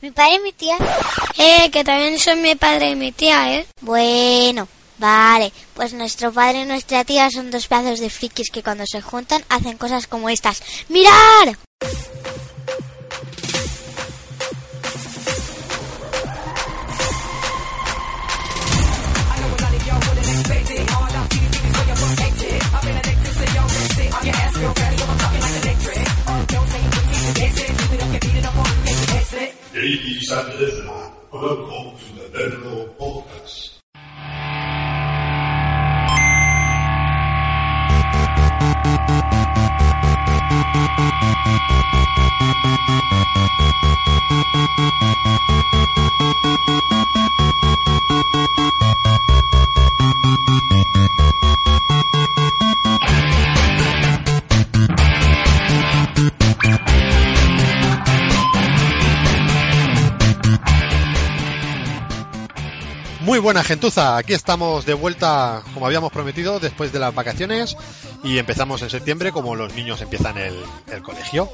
¿Mi padre y mi tía? Eh, que también son mi padre y mi tía, ¿eh? Bueno, vale. Pues nuestro padre y nuestra tía son dos pedazos de frikis que cuando se juntan hacen cosas como estas. ¡Mirar! Ladies and gentlemen, welcome to the Benlo Podcast. Muy buena gentuza, aquí estamos de vuelta como habíamos prometido después de las vacaciones y empezamos en septiembre como los niños empiezan el, el colegio.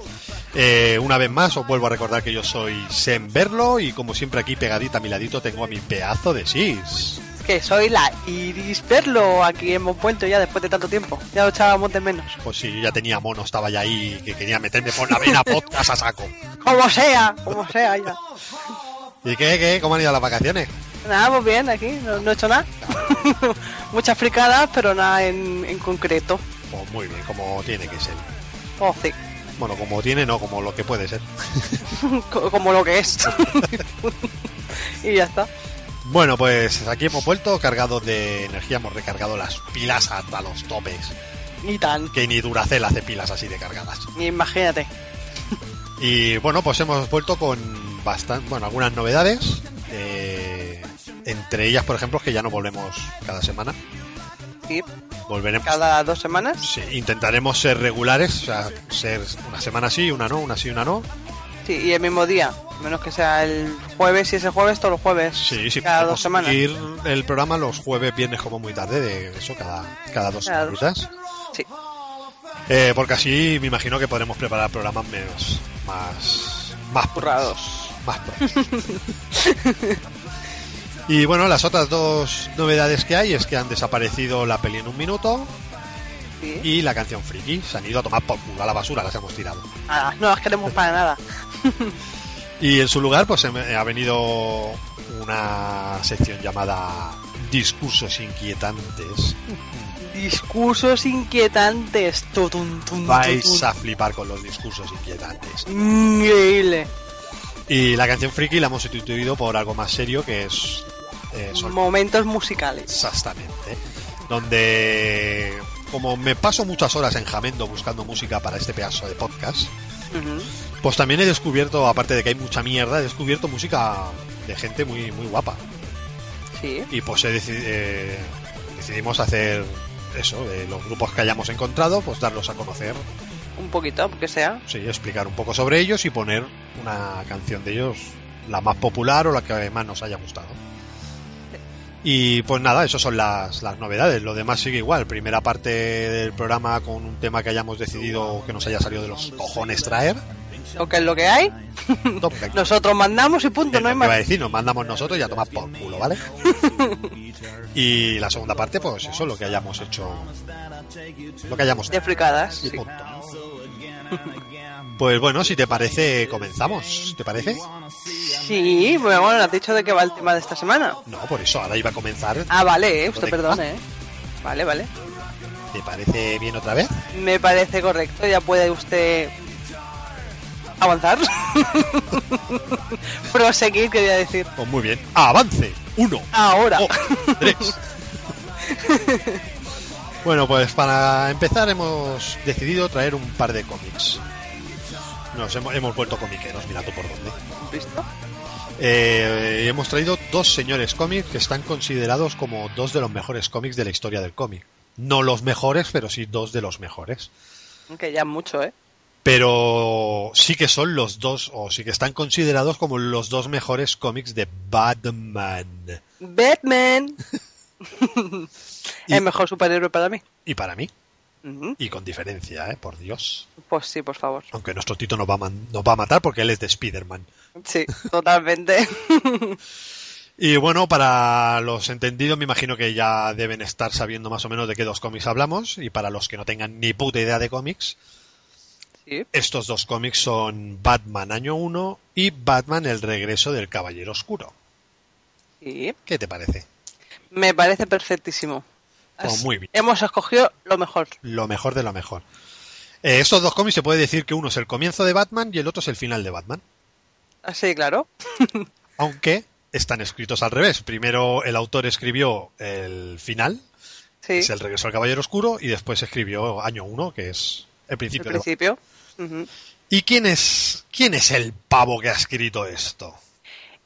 Eh, una vez más os vuelvo a recordar que yo soy Sem Berlo y como siempre aquí pegadita a mi ladito tengo a mi pedazo de Sis. Que soy la Iris Perlo aquí en Monpuento ya después de tanto tiempo. Ya lo echábamos de menos. Pues si yo ya tenía mono, estaba ya ahí que quería meterme por la vena podcast a saco. Como sea, como sea ya. ¿Y qué, qué? ¿Cómo han ido las vacaciones? Nada, pues bien, aquí no, no he hecho nada. Muchas fricadas, pero nada en, en concreto. Pues muy bien, como tiene que ser. Oh, sí. Bueno, como tiene, no, como lo que puede ser. Co- Como lo que es. y ya está. Bueno, pues aquí hemos vuelto cargados de energía, hemos recargado las pilas hasta los topes, Y tan. que ni Duracell hace pilas así de cargadas. Imagínate. Y bueno, pues hemos vuelto con bastante, bueno, algunas novedades, eh, entre ellas, por ejemplo, que ya no volvemos cada semana, Sí, volveremos, cada dos semanas. sí, intentaremos ser regulares, o sea, ser una semana sí, una no, una sí, una no, Sí, y el mismo día. a Menos que sea el jueves, y ese jueves, todos los jueves. sí, sí, cada podemos dos semanas. ir el programa los jueves, viernes como muy tarde, de eso, cada, cada dos Cada dos. semanitas. Sí. Eh, porque así me imagino que podremos preparar programas menos, más, más Currados. Más pros. y bueno, las otras dos novedades que hay es que han desaparecido la peli en un minuto Sí. y la canción friki. Se han ido a tomar por culo a la basura, las hemos tirado. Nada, no las queremos para nada. Y en su lugar, pues em- ha venido una sección llamada Discursos Inquietantes. Discursos inquietantes. Tutun, tun, Vais tutun. a flipar con los discursos inquietantes. Increíble. Y la canción friki la hemos sustituido por algo más serio que es eh, son- Momentos musicales. exactamente donde como me paso muchas horas en Jamendo buscando música para este pedazo de podcast, Ujú. pues también he descubierto, aparte de que hay mucha mierda, he descubierto música de gente muy muy guapa. Sí. Y pues he decidi- eh, decidimos hacer eso, de los grupos que hayamos encontrado, pues darlos a conocer, Un poquito, porque sea. sí, explicar un poco sobre ellos y poner una canción de ellos, la más popular o la que más nos haya gustado. Y pues nada, eso son las, las novedades. Lo demás sigue igual. Primera parte del programa con un tema que hayamos decidido que nos haya salido de los cojones traer. Lo que es lo que hay. No, porque aquí- Nosotros mandamos y punto, es lo no hay que iba a más. decir, nos mandamos nosotros y a tomar por culo, ¿vale? y la segunda parte, pues eso, lo que hayamos hecho. Lo que hayamos De hecho. fricadas. Y sí. punto. Pues bueno, si te parece, comenzamos. ¿Te parece? Sí, bueno, bueno, has dicho de qué va el tema de esta semana. No, por eso, ahora iba a comenzar. Ah, vale, eh, usted Correcto. perdone, eh. Vale, vale. ¿Te parece bien otra vez? Me parece correcto, ya puede usted avanzar. Proseguir, quería decir. Pues muy bien. ¡Avance! ¡Uno! Ahora. Oh. dos, ¡Tres! bueno, pues para empezar hemos decidido traer un par de cómics. Nos hemos, hemos vuelto comiqueros, mira tú por dónde. ¿Listo? Eh, hemos traído dos señores cómics que están considerados como dos de los mejores cómics de la historia del cómic. No los mejores, pero sí dos de los mejores. Que ya mucho, ¿eh? pero sí que son los dos, o sí que están considerados como los dos mejores cómics de Batman. Batman. Y- El mejor superhéroe para mí. Y para mí, Ujú. Y con diferencia, ¿eh? Por Dios. Pues sí, por favor. Aunque nuestro Tito nos va a, man- nos va a matar porque él es de Spider-Man. Sí, totalmente. Y bueno, para los entendidos me imagino que ya deben estar sabiendo más o menos de qué dos cómics hablamos. Y para los que no tengan ni puta idea de cómics, sí. estos dos cómics son Batman Año 1 y Batman El Regreso del Caballero Oscuro. sí. ¿Qué te parece? Me parece perfectísimo. Pues Así- muy bien. Hemos escogido lo mejor. Lo mejor de lo mejor. Eh, estos dos cómics se puede decir que uno es el comienzo de Batman y el otro es el final de Batman. Así, claro. Aunque están escritos al revés. Primero el autor escribió el final, que Sí. es el regreso al Caballero Oscuro, y después escribió Año 1, que es el Al principio. de Batman. principio. Ujú. ¿Y quién es, quién es el pavo que ha escrito esto?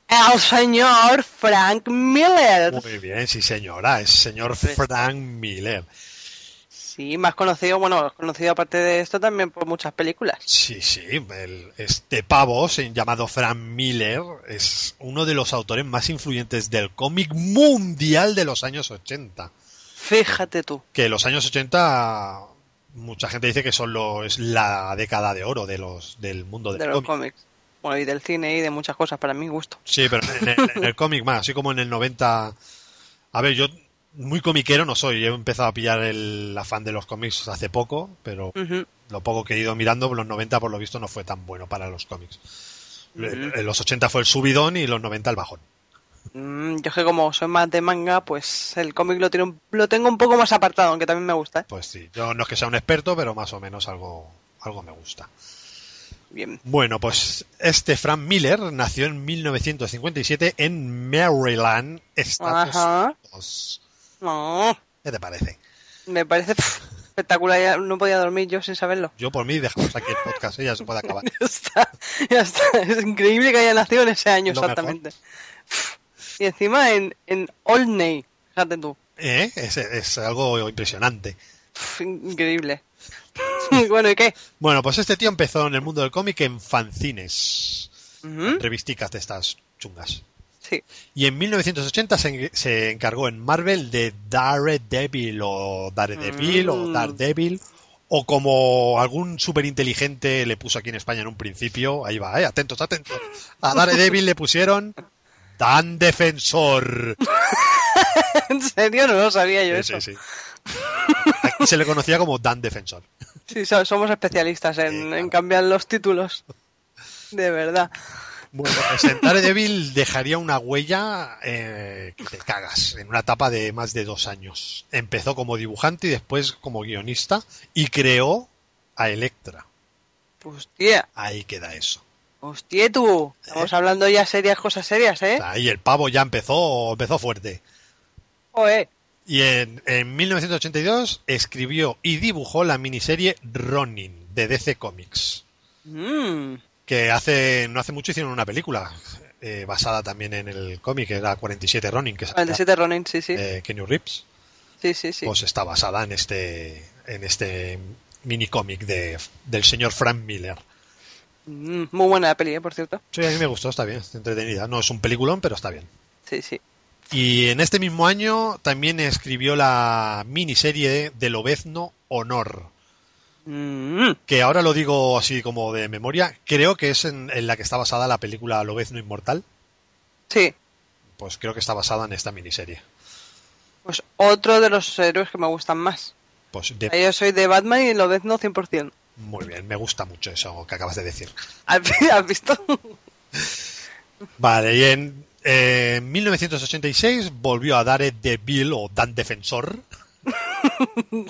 El señor Frank Miller. Muy bien, sí señora, es señor Sí. Frank Miller. Sí, más conocido, bueno, conocido aparte de esto también por muchas películas. Sí, sí, el- este pavo, se- llamado Frank Miller, es uno de los autores más influyentes del cómic mundial de los años 80. Fíjate tú. Que los años 80, mucha gente dice que son los, es la década de oro de los, del mundo del de los cómic. cómics. Bueno, y del cine y de muchas cosas, para mi gusto. Sí, pero en el, en el cómic más, así como en el 90. A ver, yo muy comiquero no soy, he empezado a pillar el afán de los cómics hace poco, pero Ujú. lo poco que he ido mirando, los 90 por lo visto no fue tan bueno para los cómics. Eh, eh, Los 80 fue el subidón y los 90 el bajón. Mm, yo es que como soy más de manga, pues el cómic lo, tiene un- lo tengo un poco más apartado, aunque también me gusta. ¿eh? Pues sí, yo no es que sea un experto, pero más o menos algo, algo me gusta. Bien. Bueno, pues este Frank Miller nació en 1957 en Maryland, Estados Ajá. Unidos. No, ¿Qué te parece? me parece pf, espectacular. Ya no podía dormir yo sin saberlo. Yo por mí dejamos aquí el podcast, ¿eh? ya se puede acabar. Ya está, ya está. Es increíble que haya nacido en ese año, Lo exactamente. Y encima en, en Olney, fíjate tú. ¿Eh? Es, es algo impresionante. Pf, Increíble. bueno, ¿y qué? Bueno, pues este tío empezó en el mundo del cómic en fanzines, Ujú, revisticas de estas chungas. Sí. Y en 1980 se, en- se encargó en Marvel de Daredevil o Daredevil o Mm. Daredevil o como algún superinteligente le puso aquí en España en un principio, ahí va, eh, atentos, atentos. A Daredevil le pusieron Dan Defensor. ¿En serio? No lo sabía yo Sí, eso. sí, sí. Aquí se le conocía como Dan Defensor. Sí, so- somos especialistas en, Sí, en claro. cambiar los títulos. De verdad. Bueno, pues en Daredevil dejaría una huella eh, que te cagas en una etapa de más de dos años. Empezó como dibujante y después como guionista y creó a Electra. Hostia, Ahí queda eso. hostia tú. Estamos ¿Eh? hablando ya serias cosas serias, ¿eh? Ahí el pavo ya empezó, empezó fuerte. Joder. Y en, en 1982 escribió y dibujó la miniserie Ronin de DC Comics, Mm, que hace no hace mucho hicieron una película eh, basada también en el cómic, que era 47 Ronin, que es 47 Ronin, sí, sí. de Kenny Reeves. Sí, sí, sí. Eh, pues está basada en este en este mini cómic de, del señor Frank Miller. Mm, muy buena la peli, ¿eh? por cierto. Sí, a mí me gustó, está bien, está entretenida. No es un peliculón, pero está bien. Sí, sí. Y en este mismo año también escribió la miniserie de Lobezno Honor, Mm, que ahora lo digo así como de memoria, creo que es en, en la que está basada la película Lobezno Inmortal, sí. pues creo que está basada en esta miniserie. Pues otro de los héroes que me gustan más. Pues de- Yo soy de Batman y lo ves no 100%. muy bien, me gusta mucho eso que acabas de decir. ¿Has has visto? Vale, y en eh, 1986 volvió a Daredevil o Dan Defensor,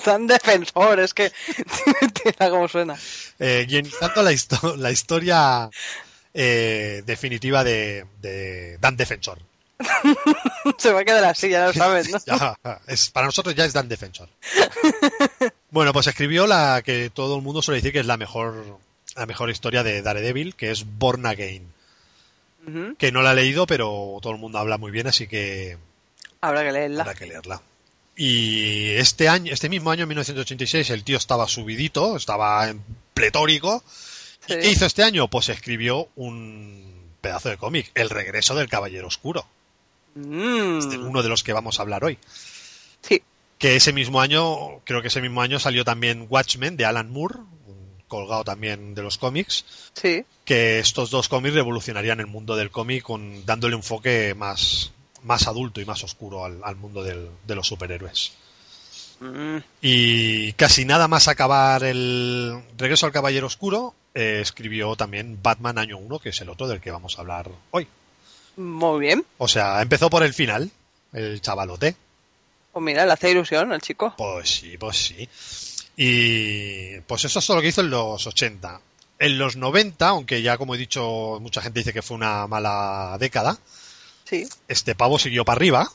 Tan defensor, es que. Tira como suena. eh, guionizando la, histo- la historia eh, definitiva de, de Dan Defensor. Se va a quedar así, ya lo sabes, ¿no? Ya, es, para nosotros ya es Dan Defensor. Bueno, pues escribió la que todo el mundo suele decir que es la mejor, la mejor historia de Daredevil, que es Born Again. Ujú. Que no la he leído, pero todo el mundo habla muy bien, así que Habrá que leerla. Habrá que leerla. Y este año, este mismo año, 1986, el tío estaba subidito, estaba en- pletórico. ¿Y Sí. qué hizo este año? Pues escribió un pedazo de cómic, El regreso del Caballero Oscuro, Este Mm, de uno de los que vamos a hablar hoy. Sí, que ese mismo año, creo que ese mismo año salió también Watchmen de Alan Moore, colgado también de los cómics, Sí. que estos dos cómics revolucionarían el mundo del cómic con dándole un enfoque más, más adulto y más oscuro al, al mundo del- de los superhéroes. Mm, Y casi nada más acabar el Regreso al Caballero Oscuro, eh, escribió también Batman Año 1, que es el otro del que vamos a hablar hoy. muy bien. O sea, empezó por el final, el chavalote. Pues mira, le hace ilusión al chico. Pues sí, pues sí. Y pues eso es todo lo que hizo en los 80. En los 90, aunque ya como he dicho, mucha gente dice que fue una mala década, Sí, este pavo siguió para arriba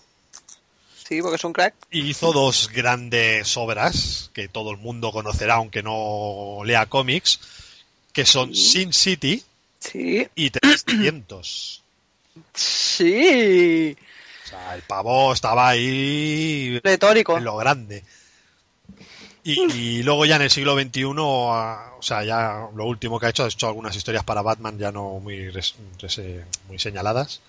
sí, porque es un crack. y hizo dos grandes obras que todo el mundo conocerá aunque no lea cómics, que son Sin City Sí. y 300. Sí. O sea, el pavo estaba ahí Retórico. en lo grande. Y, y luego ya en el siglo XXI, ah, o sea, ya lo último que ha hecho, ha hecho algunas historias para Batman ya no muy, res- res- eh, muy señaladas.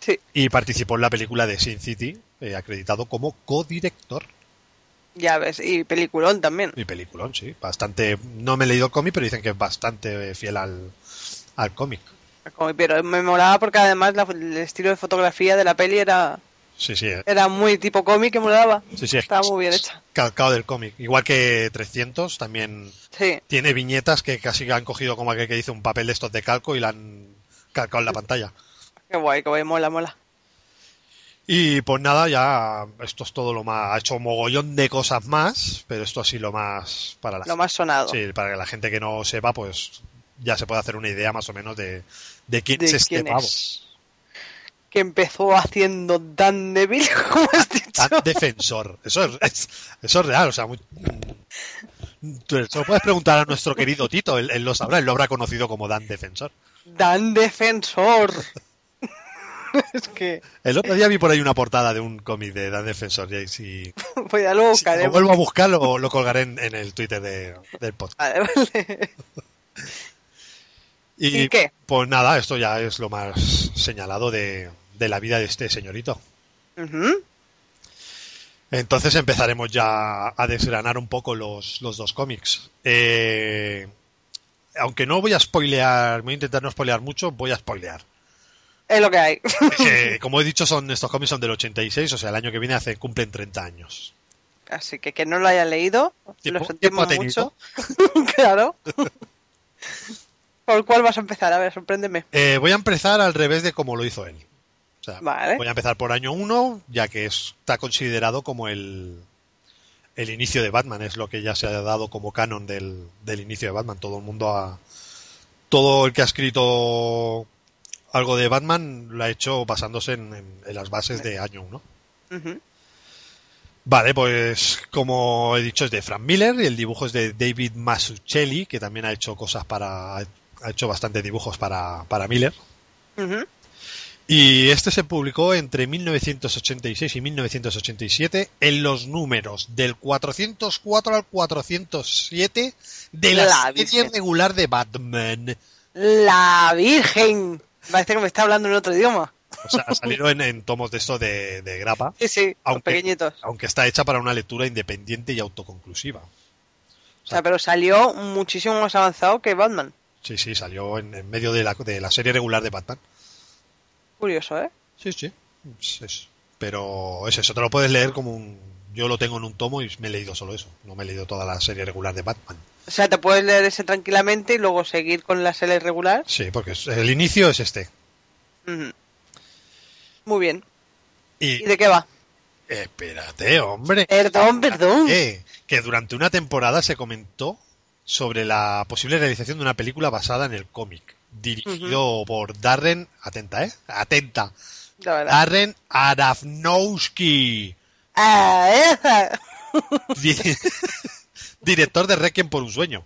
Sí. Y participó en la película de Sin City, eh, acreditado como codirector. Ya ves. Y peliculón también. Y peliculón, sí. Bastante, no me he leído el cómic, pero dicen que es bastante eh, fiel al, al cómic. Como- Pero me molaba porque además la- el estilo de fotografía de la peli era, Sí, sí, eh. era muy tipo cómic que molaba. sí, sí. es Estaba muy bien hecha. Calcado del cómic. Igual que 300, también Sí. tiene viñetas que casi han cogido como aquel que dice un papel de estos de calco y la han calcado en la pantalla. Qué guay, qué guay. Mola, mola. Y pues nada, ya esto es todo lo más. Ha hecho mogollón de cosas más, pero esto así lo más para la Lo más sonado. Sí, para que la gente que no sepa, pues ya se puede hacer una idea más o menos de, de quién de es este quién pavo. es. Que empezó haciendo Dan Devil, como has dicho. Tan defensor. Eso es, es- eso es real, o sea, muy- Tú se lo puedes preguntar a nuestro querido Tito, él, él lo sabrá, él lo habrá conocido como Dan Defensor. Dan Defensor. es que. El otro día vi por ahí una portada de un cómic de Dan Defensor, y ahí sí- Voy a lo Si buscaré. lo vuelvo a buscar, lo, lo colgaré en, en el Twitter de- del podcast. Vale, vale. ¿Y qué? Pues nada, esto ya es lo más señalado de, de la vida de este señorito. Ujú. Entonces empezaremos ya a desgranar un poco los, los dos cómics. Eh, aunque no voy a spoilear, voy a intentar no spoilear mucho, voy a spoilear. Es lo que hay. Eh, como he dicho, son estos cómics son del 86, o sea, el año que viene hace, cumplen 30 años. Así que que no lo haya leído, ¿Tiempo- lo tiempo sentimos ha tenido? mucho. claro. ¿Por cuál vas a empezar? A ver, sorpréndeme. Eh, voy a empezar al revés de como lo hizo él. O sea, Vale. Voy a empezar por año 1, ya que está considerado como el, el inicio de Batman, es lo que ya se ha dado como canon del, del inicio de Batman. Todo el mundo ha. Todo el que ha escrito algo de Batman lo ha hecho basándose en, en- en las bases de año 1. Ujú. Vale, pues como he dicho es de Frank Miller y el dibujo es de David Mazzucchelli, que también ha hecho cosas para. ha hecho bastantes dibujos para, para Miller. Ujú. Y este se publicó entre 1986 y 1987 en los números del 404 al 407 de la, La serie Virgen. regular de Batman. La Virgen. Parece que me está hablando en otro idioma. O sea, ha salido en, en tomos de esto de, de grapa, Sí, sí, los Aunque- pequeñitos. aunque está hecha para una lectura independiente y autoconclusiva. O Ah. sea, pero salió muchísimo más avanzado que Batman. Sí, sí, salió en, en medio de la, de la serie regular de Batman. Curioso, ¿eh? Sí, sí. Es- es- Pero es eso, te lo puedes leer como un... Yo lo tengo en un tomo y me he leído solo eso. No me he leído toda la serie regular de Batman. O sea, te puedes leer ese tranquilamente y luego seguir con la serie regular. Sí, porque es- el inicio es este. Ujú. Muy bien. Y, ¿Y de qué va? espérate, hombre. Perdón, perdón. Eh, que durante una temporada se comentó sobre la posible realización de una película basada en el cómic, dirigido por Darren, atenta, ¿eh? Atenta. La verdad. Darren Aronofsky, Ah, esa. di- director de Requiem por un sueño.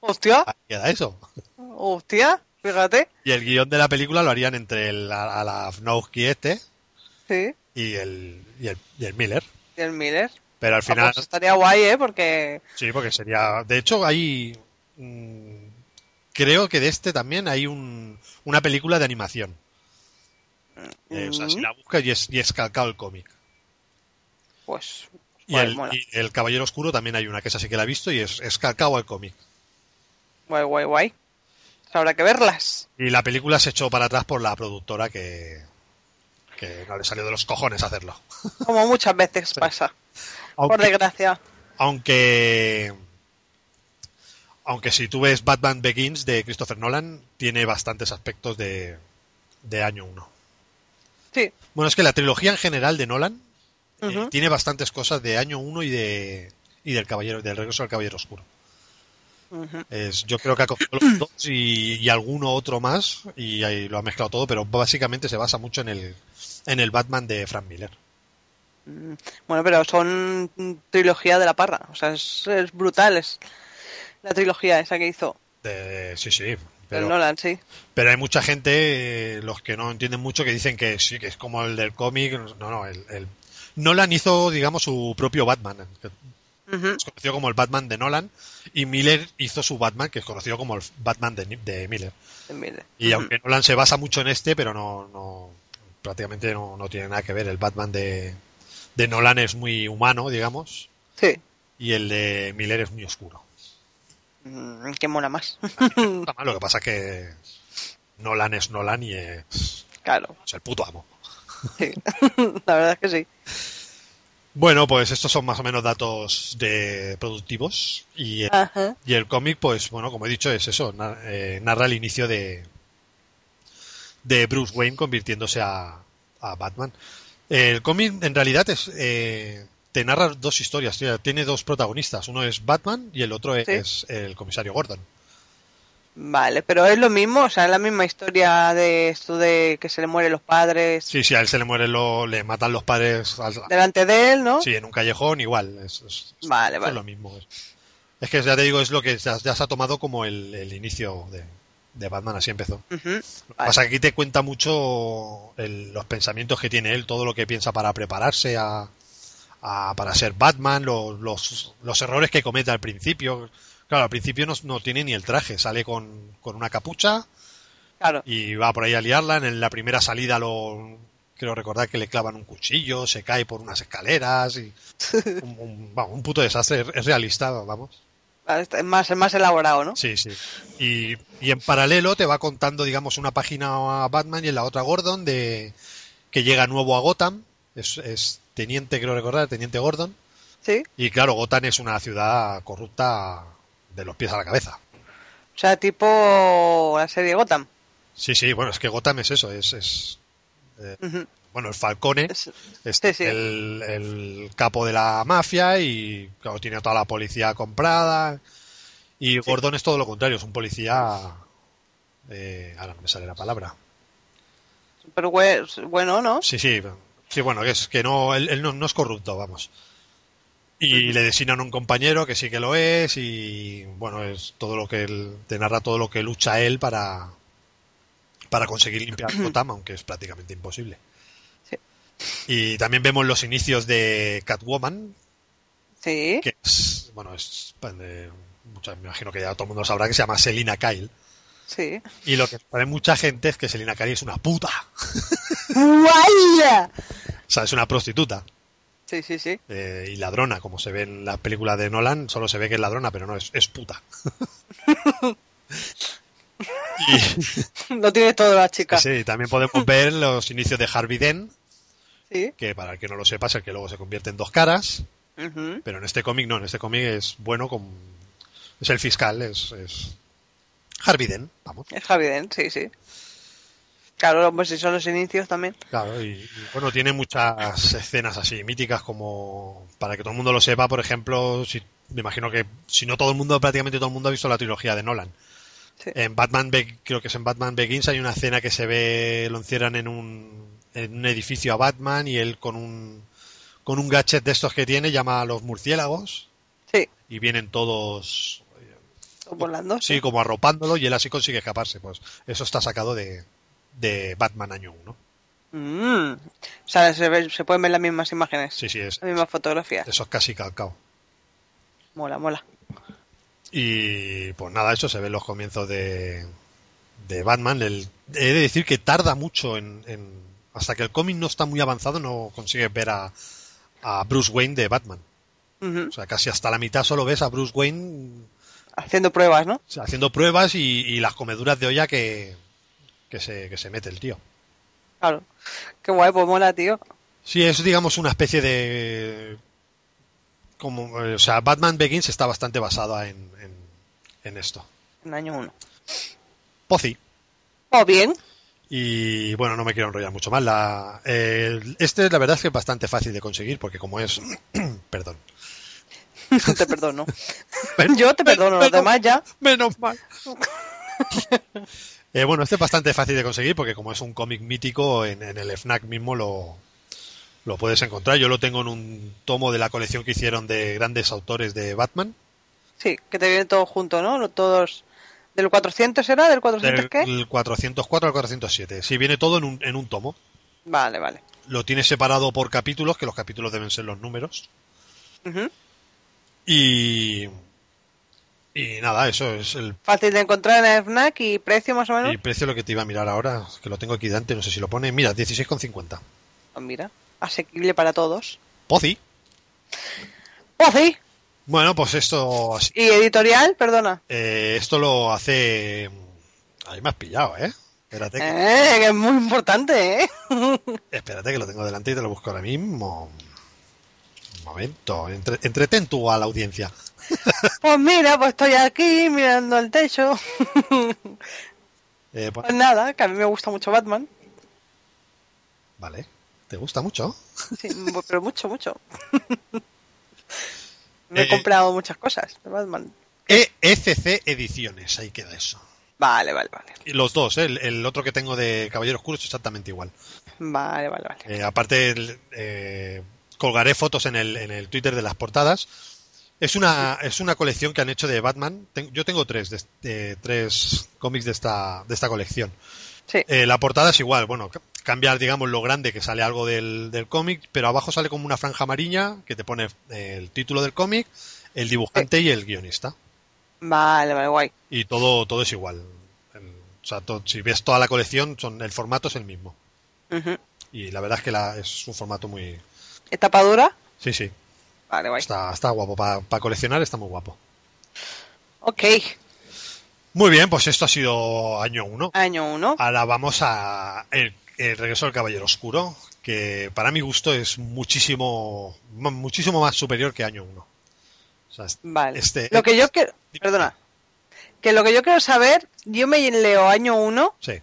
Hostia, Ahí queda eso. hostia, fíjate. Y el guión de la película lo harían entre el a- Aronofsky este Sí, y el, y el, y el Miller. y el Miller. Pero al Ah, final pues estaría guay, ¿eh? Porque Sí, porque sería. De hecho, hay. mm, creo que de este también hay un, una película de animación. Mm. Eh, o sea, si la buscas y es, y es calcado el cómic. pues Y, Guay, el, mola. y el Caballero Oscuro también hay una que esa sí que la he visto y es, es calcao al cómic. Guay, guay, guay. Pues Habrá que verlas. Y la película se echó para atrás por la productora que, que no le salió de los cojones hacerlo. Como muchas veces pasa. Por Aunque, desgracia. aunque, aunque si tú ves Batman Begins de Christopher Nolan, tiene bastantes aspectos de, de año 1. Sí. Bueno, es que la trilogía en general de Nolan eh, Ujú. tiene bastantes cosas de año 1 y de y del caballero del regreso del caballero oscuro. Ujú. Es, yo creo que ha cogido los dos y, y alguno otro más y ahí lo ha mezclado todo, pero básicamente se basa mucho en el en el Batman de Frank Miller. Mm, Bueno, pero son trilogía de la parra. O sea, es, es brutal. Es la trilogía esa que hizo De- sí, sí. el Pero, Nolan, sí. pero hay mucha gente, eh, los que no entienden mucho, que dicen que sí, que es como el del cómic. No, no, el, el- Nolan hizo, digamos, su propio Batman, que Ujú. es conocido como el Batman de Nolan, y Miller hizo su Batman, que es conocido como el Batman de, Ni- de Miller. Mire. Y aunque Nolan se basa mucho en este, pero no, no prácticamente no, no tiene nada que ver. El Batman de, de Nolan es muy humano, digamos, Sí. y el de Miller es muy oscuro. Mm, Que mola más. Está mal, lo que pasa es que Nolan es Nolan y es, claro. es el puto amo. Sí. la verdad es que sí. Bueno, pues estos son más o menos datos de productivos y eh, el, Ajá. y el cómic, pues bueno, como he dicho, es eso, na- eh, narra el inicio de, de Bruce Wayne convirtiéndose a, a Batman. El cómic en realidad es eh, te narra dos historias, tía, tiene dos protagonistas, uno es Batman y el otro Sí. es el comisario Gordon. Vale, pero es lo mismo, o sea, es la misma historia de esto de que se le mueren los padres Sí, sí, a él se le muere, lo, le matan los padres al- delante de él, ¿no? Sí, en un callejón igual. Es, es- es- Vale, es vale. lo mismo. Es, es que ya te digo, es lo que ya, ya se ha tomado como el, el inicio de, de Batman, así empezó. Ujú, Lo que vale. pasa es que aquí te cuenta mucho el- los pensamientos que tiene él, todo lo que piensa para prepararse a, a- para ser Batman, lo- los, los errores que comete al principio. Claro, al principio no, no tiene ni el traje, sale con, con una capucha Claro, y va por ahí a liarla. En la primera salida lo creo recordar que le clavan un cuchillo, se cae por unas escaleras y un, un- vamos, un puto desastre. Es realista, vamos. Vale, está- es más, es más elaborado, ¿no? Sí, sí. Y, y en paralelo te va contando, digamos, una página a Batman y en la otra Gordon de que llega nuevo a Gotham. Es, es teniente, creo recordar, teniente Gordon. Sí. Y claro, Gotham es una ciudad corrupta de los pies a la cabeza. O sea, tipo la serie Gotham. Sí, sí, bueno, es que Gotham es eso, es, es Ujú, bueno, el Falcone. es- Este, Sí, sí. El, el capo de la mafia y claro, tiene a toda la policía comprada. Y Gordon es todo lo contrario, es un policía... eh, ahora no me sale la palabra. Pero bue- bueno, ¿no? Sí, sí, sí bueno, que es que no, él, él no, no es corrupto, vamos. Y le designan un compañero que sí que lo es y bueno, es todo lo que él, te narra todo lo que lucha él para, para conseguir limpiar Gotham, aunque es prácticamente imposible. Sí. Y también vemos los inicios de Catwoman, Sí. que es, bueno, es, eh, mucha- me imagino que ya todo el mundo sabrá que se llama Selina Kyle. Sí. Y lo que sabe mucha gente es que Selina Kyle es una puta, ¡Guaya! o sea, es una prostituta Sí, sí, sí. eh, y ladrona, como se ve en las películas de Nolan, solo se ve que es ladrona, pero no, es, es puta. y, Lo tiene toda la chica. Sí. sí, también podemos ver los inicios de Harvey Dent, que para el que no lo sepa es el que luego se convierte en dos caras, Ujú, pero en este cómic no, en este cómic es bueno, con, es el fiscal, es, es Harvey Dent, vamos. Es Harvey Dent, sí, sí. Claro, pues si son los inicios también. Claro, y, y, bueno, tiene muchas escenas así míticas como para que todo el mundo lo sepa, por ejemplo, si, me imagino que si no todo el mundo, prácticamente todo el mundo ha visto la trilogía de Nolan. Sí. En Batman, Be- creo que es en Batman Begins, hay una escena que se ve, lo encierran en un, en un edificio a Batman y él con un, con un gadget de estos que tiene llama a los murciélagos Sí. y vienen todos, Volando. sí, como arropándolo y él así consigue escaparse. Pues eso está sacado de, de Batman año 1. Mm. O sea, se, ve- se pueden ver las mismas imágenes. Sí, sí, es, Las mismas fotografías. eso es casi calcao. Mola, mola. Y pues nada, eso se ve en los comienzos de, de Batman. El- he de decir que tarda mucho en, en- hasta que el cómic no está muy avanzado, no consigues ver a, a Bruce Wayne de Batman. Ujú. O sea, casi hasta la mitad solo ves a Bruce Wayne Haciendo pruebas, ¿no? o sea, haciendo pruebas y, y las comeduras de olla que, que, se, que se mete el tío. Claro. Qué guay, pues mola, tío. Sí, es digamos una especie de... Como, eh, o sea, Batman Begins está bastante basada en, en, en esto. En año uno. Pozzi. O bien. Y bueno, no me quiero enrollar mucho más. La, eh, este la verdad es que es bastante fácil de conseguir porque como es... perdón. te perdono. Yo te perdono, los demás ya. Menos mal. Eh, bueno, este es bastante fácil de conseguir porque como es un cómic mítico, en, en el FNAC mismo lo, lo puedes encontrar. Yo lo tengo en un tomo de la colección que hicieron de grandes autores de Batman. Sí, que te viene todo junto, ¿no? Lo- Todos. ¿Del 400 era? ¿Del 400 Del qué? 404 al 407. Sí, viene todo en un, en un tomo. Vale, vale. Lo tiene separado por capítulos, que los capítulos deben ser los números. Ujú. Y... Y nada, eso es el Fácil de encontrar en el FNAC y precio más o menos. Y el precio lo que te iba a mirar ahora, que lo tengo aquí delante, no sé si lo pone. Mira, 16,50. Ah, mira, asequible para todos. Pozzi. ¡Oh, sí! Bueno, pues esto ¿Y editorial? Perdona. eh, esto lo hace... Ahí me has pillado, ¿eh? Espérate que, Eh, que es muy importante, ¿eh? espérate que lo tengo delante y te lo busco ahora mismo. Un momento, entre- entretén tú a la audiencia. Pues mira, pues estoy aquí mirando al techo. Eh, pon- Pues nada, que a mí me gusta mucho Batman. Vale, ¿te gusta mucho? Sí, mu- pero mucho, mucho. Me Eh, he comprado muchas cosas de Batman. ESC E Ediciones, ahí queda eso. Vale, vale, vale. Y Los dos, ¿eh? el, el otro que tengo de Caballero Oscuro es exactamente igual. Vale, vale, vale. Eh, aparte, el- eh, colgaré fotos en el, en el Twitter de las portadas. Es una, es una colección que han hecho de Batman. Ten- yo tengo tres, de este- eh, tres cómics de esta, de esta colección. Sí, Eh, la portada es igual, bueno, ca- cambia, digamos, lo grande que sale algo del, del cómic, pero abajo sale como una franja amarilla que te pone eh, el título del cómic, el dibujante y el guionista. vale, vale, guay. Y todo, todo es igual. El- o sea, to- si ves toda la colección, son, el formato es el mismo. Ujú. Y la verdad es que la- es un formato muy... ¿Etapa dura? Sí, sí, Vale, guay. Está, está guapo, para coleccionar está muy guapo. Ok, Muy bien, pues esto ha sido año 1. año uno. Ahora vamos a el, el regreso del Caballero Oscuro, que para mi gusto es muchísimo, mu- muchísimo más superior que año 1. Vale. Este- lo que yo quiero... Dime. Perdona. Que lo que yo quiero saber, yo me leo año uno Sí,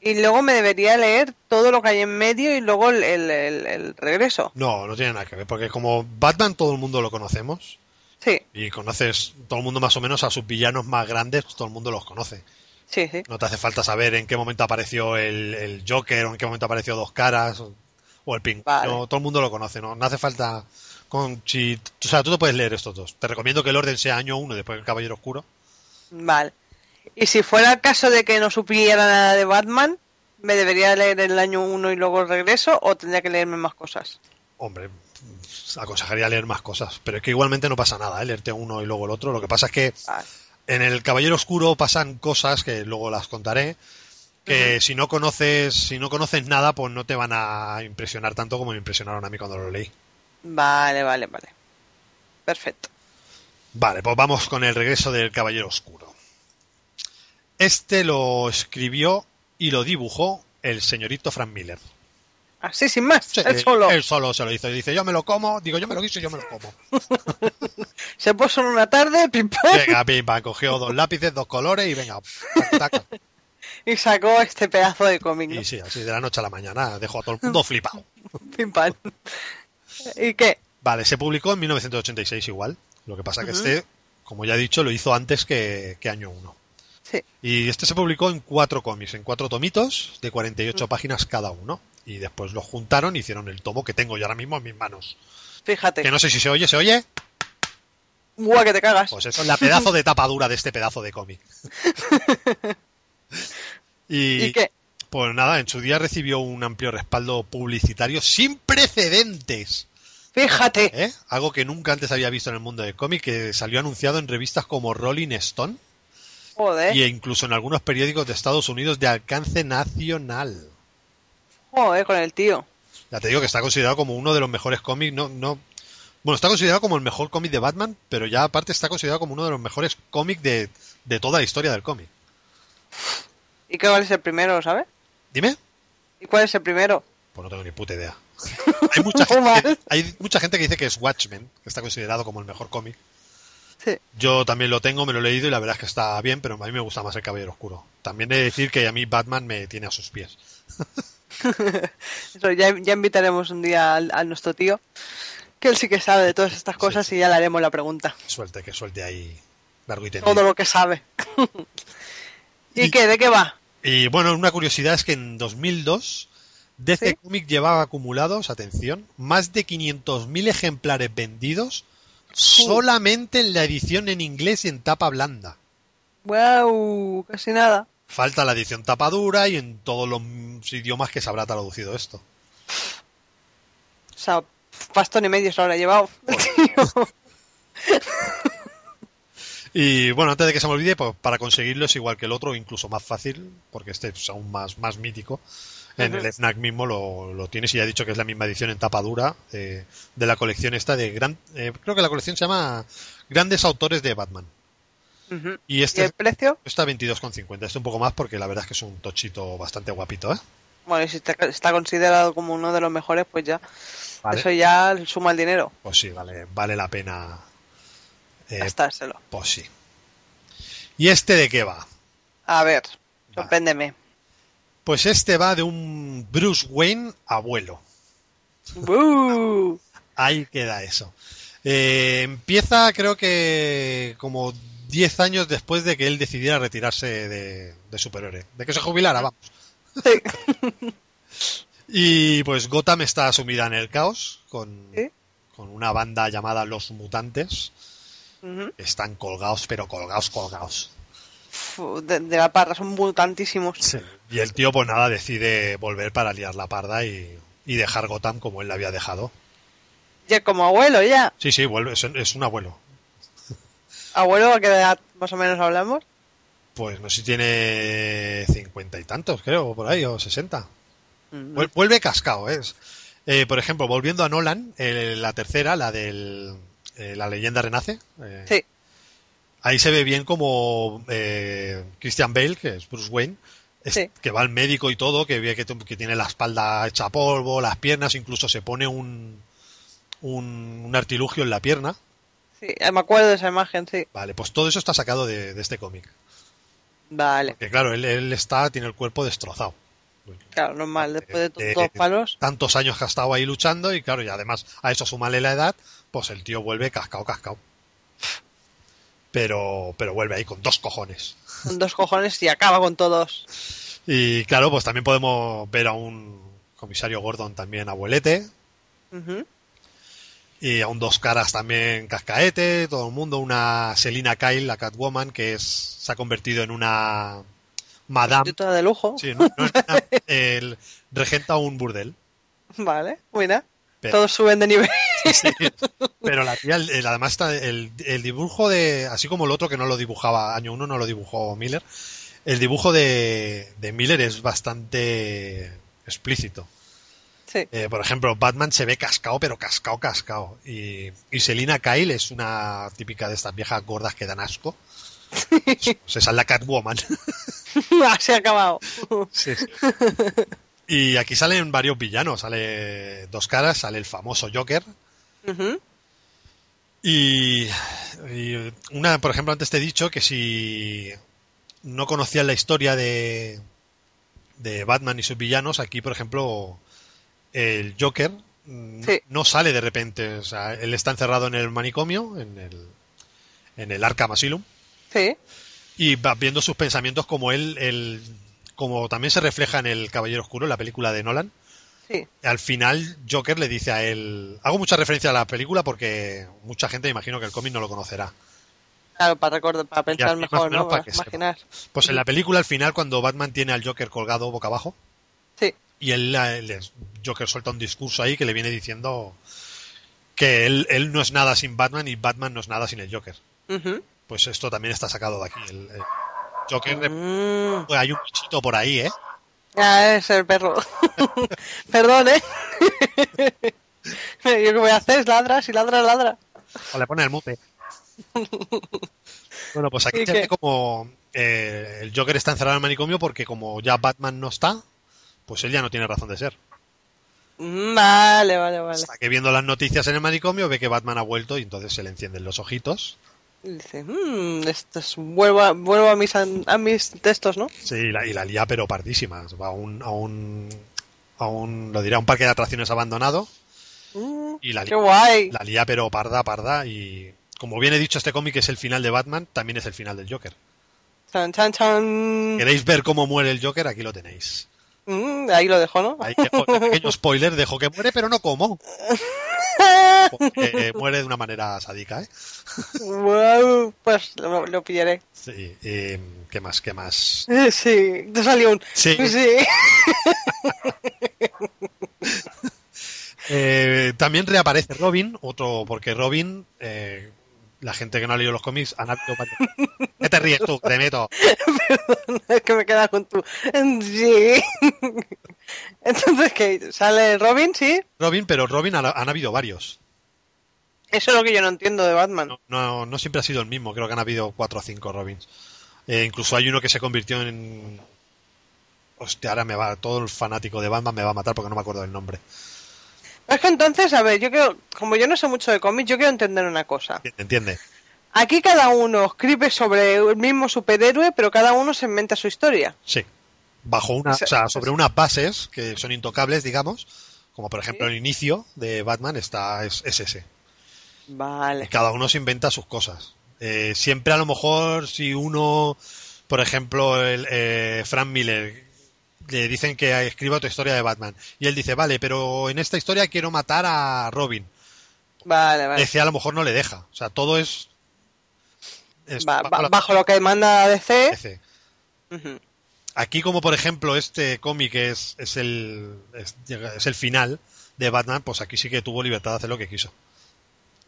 y luego me debería leer todo lo que hay en medio y luego el, el- el- el regreso. no, no tiene nada que ver, porque como Batman todo el mundo lo conocemos, Sí, y conoces todo el mundo más o menos a sus villanos más grandes, todo el mundo los conoce. sí, sí. No te hace falta saber en qué momento apareció el, el Joker o en qué momento apareció Dos Caras o, o el Pingüino. Vale. Todo el mundo lo conoce, ¿no? No hace falta... Con, si- o sea, tú te puedes leer estos dos. Te recomiendo que el orden sea año uno después del Caballero Oscuro. Vale. Y si fuera el caso de que no supiera nada de Batman, ¿me debería leer el año uno y luego el regreso o tendría que leerme más cosas? Hombre, aconsejaría leer más cosas. Pero es que igualmente no pasa nada, ¿eh? Leerte uno y luego el otro. Lo que pasa es que Vale. en el Caballero Oscuro pasan cosas que luego las contaré. Que si no conoces, si no conoces nada, pues no te van a impresionar tanto como me impresionaron a mí cuando lo leí. Vale, vale, vale. Perfecto. Vale, pues vamos con el regreso del Caballero Oscuro. Este lo escribió y lo dibujó el señorito Frank Miller. Así sin más, Sí, eh, él solo. Él solo se lo hizo. Y dice, yo me lo como. Digo, yo me lo quiso y yo me lo como. Se puso en una tarde, pim pam, Venga, pim, pam. Cogió dos lápices, dos colores y venga. tac, tac. y sacó este pedazo de cómic. ¿no? Y sí, así de la noche a la mañana. Dejó a todo el mundo flipado. Pim pam. ¿Y qué? Vale, se publicó en 1986 igual. Lo que pasa que este, como ya he dicho, lo hizo antes que, que año 1. Sí. Y este se publicó en cuatro cómics, en cuatro tomitos de Mm. 48 páginas cada uno. Y después los juntaron y hicieron el tomo que tengo yo ahora mismo en mis manos. Fíjate. Que no sé si se oye, ¿se oye? Guau, que te cagas. Pues eso es la pedazo de tapa dura de este pedazo de cómic. y, ¿Y qué? Pues nada, en su día recibió un amplio respaldo publicitario sin precedentes. Fíjate. ¿eh? Algo que nunca antes había visto en el mundo del cómic, que salió anunciado en revistas como Rolling Stone Joder. e incluso en algunos periódicos de Estados Unidos de alcance nacional. Joder, con el tío. Ya te digo que está considerado como uno de los mejores cómics, no, no, Bueno, está considerado como el mejor cómic de Batman, pero ya aparte está considerado como uno de los mejores cómics de, de toda la historia del cómic. ¿Y qué cuál es el primero, sabes? Dime. ¿Y cuál es el primero? Pues no tengo ni puta idea. hay, mucha gente que, hay mucha gente que dice que es Watchmen, que está considerado como el mejor cómic. Sí. Yo también lo tengo, me lo he leído y la verdad es que está bien, pero a mí me gusta más el Caballero Oscuro. También he de decir que a mí Batman me tiene a sus pies. Eso, ya, ya invitaremos un día al- a nuestro tío, que él sí que sabe de todas estas cosas y ya le haremos la pregunta. Suelte, que suelte ahí largo y tendido. Todo lo que sabe. ¿Y, Y- qué? ¿De qué va? Y bueno, una curiosidad es que en 2002 DC Sí. Comics llevaba acumulados, atención, más de 500.000 ejemplares vendidos solamente en la edición en inglés y en tapa blanda. ¡Wow! Casi nada. Falta la edición tapa dura y en todos los idiomas que se habrá traducido esto. O sea, pastón y medio se lo habrá llevado. el tío. Y bueno, antes de que se me olvide, pues para conseguirlo es igual que el otro, incluso más fácil, porque este es aún más, más mítico. En Ujú. el FNAC mismo lo, lo tienes y ya he dicho que es la misma edición en tapa dura eh, de la colección esta de gran, eh, creo que la colección se llama Grandes Autores de Batman. Ujú. Y ¿Y este el precio? está 22,50, este un poco más porque la verdad es que es un tochito bastante guapito, ¿eh? Bueno, y si está, está considerado como uno de los mejores, pues ya. Vale. Eso ya suma el dinero. Pues sí, vale, vale la pena. eh, Gastárselo. pues sí. ¿Y este de qué va? A ver, sorpréndeme. Pues este va de un Bruce Wayne abuelo. ¡Bú! Ahí queda eso. Eh, empieza creo que como 10 años después de que él decidiera retirarse de, de superhéroe, de que se jubilara, vamos. Sí. Y pues Gotham está sumida en el caos con, ¿Sí? con una banda llamada Los Mutantes. Ujú. Están colgados, pero colgados, colgados. Fu, De, de la parra, son mutantísimos. Y el tío pues nada, decide volver para liar la parda y, y dejar Gotham como él la había dejado. Ya como abuelo, ya. Sí, sí, vuelve, es- es un abuelo. Abuelo, ¿a qué edad más o menos hablamos? Pues no sé si tiene cincuenta y tantos, creo, o por ahí, o sesenta. Vuelve cascado, es. Eh, por ejemplo, volviendo a Nolan, eh, la tercera, la del eh, La leyenda renace, eh, Sí. ahí se ve bien como eh, Christian Bale, que es Bruce Wayne, es- Sí. que va al médico y todo, que ve que, t- que tiene la espalda hecha polvo, las piernas, incluso se pone un, un, un artilugio en la pierna. Sí, eh, me acuerdo de esa imagen, sí. Vale, pues todo eso está sacado de, de este cómic. Vale, Que claro, él, él está, tiene el cuerpo destrozado. claro, normal. Después de de- todos los palos, Eh, tantos años que ha estado ahí luchando y claro, y además a eso sumale la edad, pues el tío vuelve cascao, cascao. Pero, pero vuelve ahí con dos cojones. con dos cojones y acaba con todos. Y claro, pues también podemos ver a un comisario Gordon también abuelete Ujú. y a un dos caras también cascaete, todo el mundo, una Selina Kyle, la Catwoman, que es, se ha convertido en una madame. Y todo de lujo. Ah. Sí, no, no, no, el- regenta un burdel. Vale, mira. Pero- Todos suben de nivel. Sí, pero la tía, el- el- además, está el, el dibujo de. Así como el otro que no lo dibujaba, año uno no lo dibujó Miller. El dibujo de, de Miller es bastante explícito. Sí. Eh, por ejemplo, Batman se ve cascao, pero cascao, cascao. Y, y Selina Kyle es una típica de estas viejas gordas que dan asco. Pues esa es la Catwoman. Así ha acabado. Y aquí salen varios villanos. Sale dos caras, sale el famoso Joker, Ujú. Y, y una, por ejemplo, antes te he dicho que si no conocías la historia de, de Batman y sus villanos, aquí, por ejemplo, el Joker mm, Sí. no sale de repente. O sea, él está encerrado en el manicomio, en el, en el Arkham Asylum, Sí. y va viendo sus pensamientos como él, él- como también se refleja en El Caballero Oscuro, en la película de Nolan Sí. al final Joker le dice a él, hago mucha referencia a la película porque mucha gente imagino que el cómic no lo conocerá. Claro, para recordar, para pensar así más o mejor, menos ¿no? para Para que sepa. imaginar. Pues en la película al final cuando Batman tiene al Joker colgado boca abajo Sí. y él la- el Joker suelta un discurso ahí que le viene diciendo que él, él no es nada sin Batman y Batman no es nada sin el Joker. Ujú. Pues esto también está sacado de aquí. El, el Joker, Mm. pues hay un bichito por ahí, ¿eh? Ah, es el perro. Perdón, ¿eh? Yo lo que voy a hacer es ladras y ladras, ladra. O le pone el mute. bueno, pues aquí ¿Y se qué? ve como eh, el Joker está encerrado en el manicomio porque como ya Batman no está, pues él ya no tiene razón de ser. Mm, Vale, vale, vale. Hasta que viendo las noticias en el manicomio ve que Batman ha vuelto y entonces se le encienden los ojitos. Y dice, mmm, esto es, vuelvo, a, vuelvo a, mis, an- a mis textos, ¿no? Sí, y la, y la lía pero pardísima. Va a un, a un, a un, lo diré, a un parque de atracciones abandonado Mm, y la ¡Qué lía, guay! la lía pero parda, parda y... Como bien he dicho, este cómic es el final de Batman, también es el final del Joker. Chan, chan, chan. ¿Queréis ver cómo muere el Joker? Aquí lo tenéis. Mm, ahí lo dejo, ¿no? Ahí dejo- pequeño spoiler, dejo que muere, pero no como. Porque, eh, muere de una manera sádica, ¿eh? Guau, Pues lo, lo pillaré. Sí, eh, ¿Qué más? ¿Qué más? Eh, Sí, te salió un. Sí. Eh, también reaparece Robin, otro, porque Robin, eh, la gente que no ha leído los cómics, han habido varios- ¿Qué te ríes tú? Te meto. Es que me queda con tu. Sí. Entonces, ¿qué? ¿Sale Robin? Sí. Robin, pero Robin ha- han habido varios. Eso es lo que yo no entiendo de Batman. No, no, no siempre ha sido el mismo, creo que han habido cuatro o cinco Robins. Eh, incluso hay uno que se convirtió en. Hostia, ahora me va. Todo el fanático de Batman me va a matar porque no me acuerdo del nombre. Es que entonces, a ver, yo quiero. Como yo no sé mucho de cómics, yo quiero entender una cosa. ¿Te entiende? Aquí cada uno escribe sobre el mismo superhéroe, pero cada uno se inventa su historia. Sí. Bajo una, o sea, sobre unas bases que son intocables, digamos, como por ejemplo el inicio de Batman está es, es ese. Y Vale. cada uno se inventa sus cosas. Eh, siempre a lo mejor si uno, por ejemplo, el, eh, Frank Miller le dicen que escriba otra historia de Batman y él dice, vale, pero en esta historia quiero matar a Robin. Vale, vale. DC a lo mejor no le deja. O sea, todo es... es- Va- bajo va- la- bajo lo que manda DC. DC. Ujú. Aquí, como por ejemplo este cómic es, es, el, es, llega- es el final de Batman, pues aquí sí que tuvo libertad de hacer lo que quiso.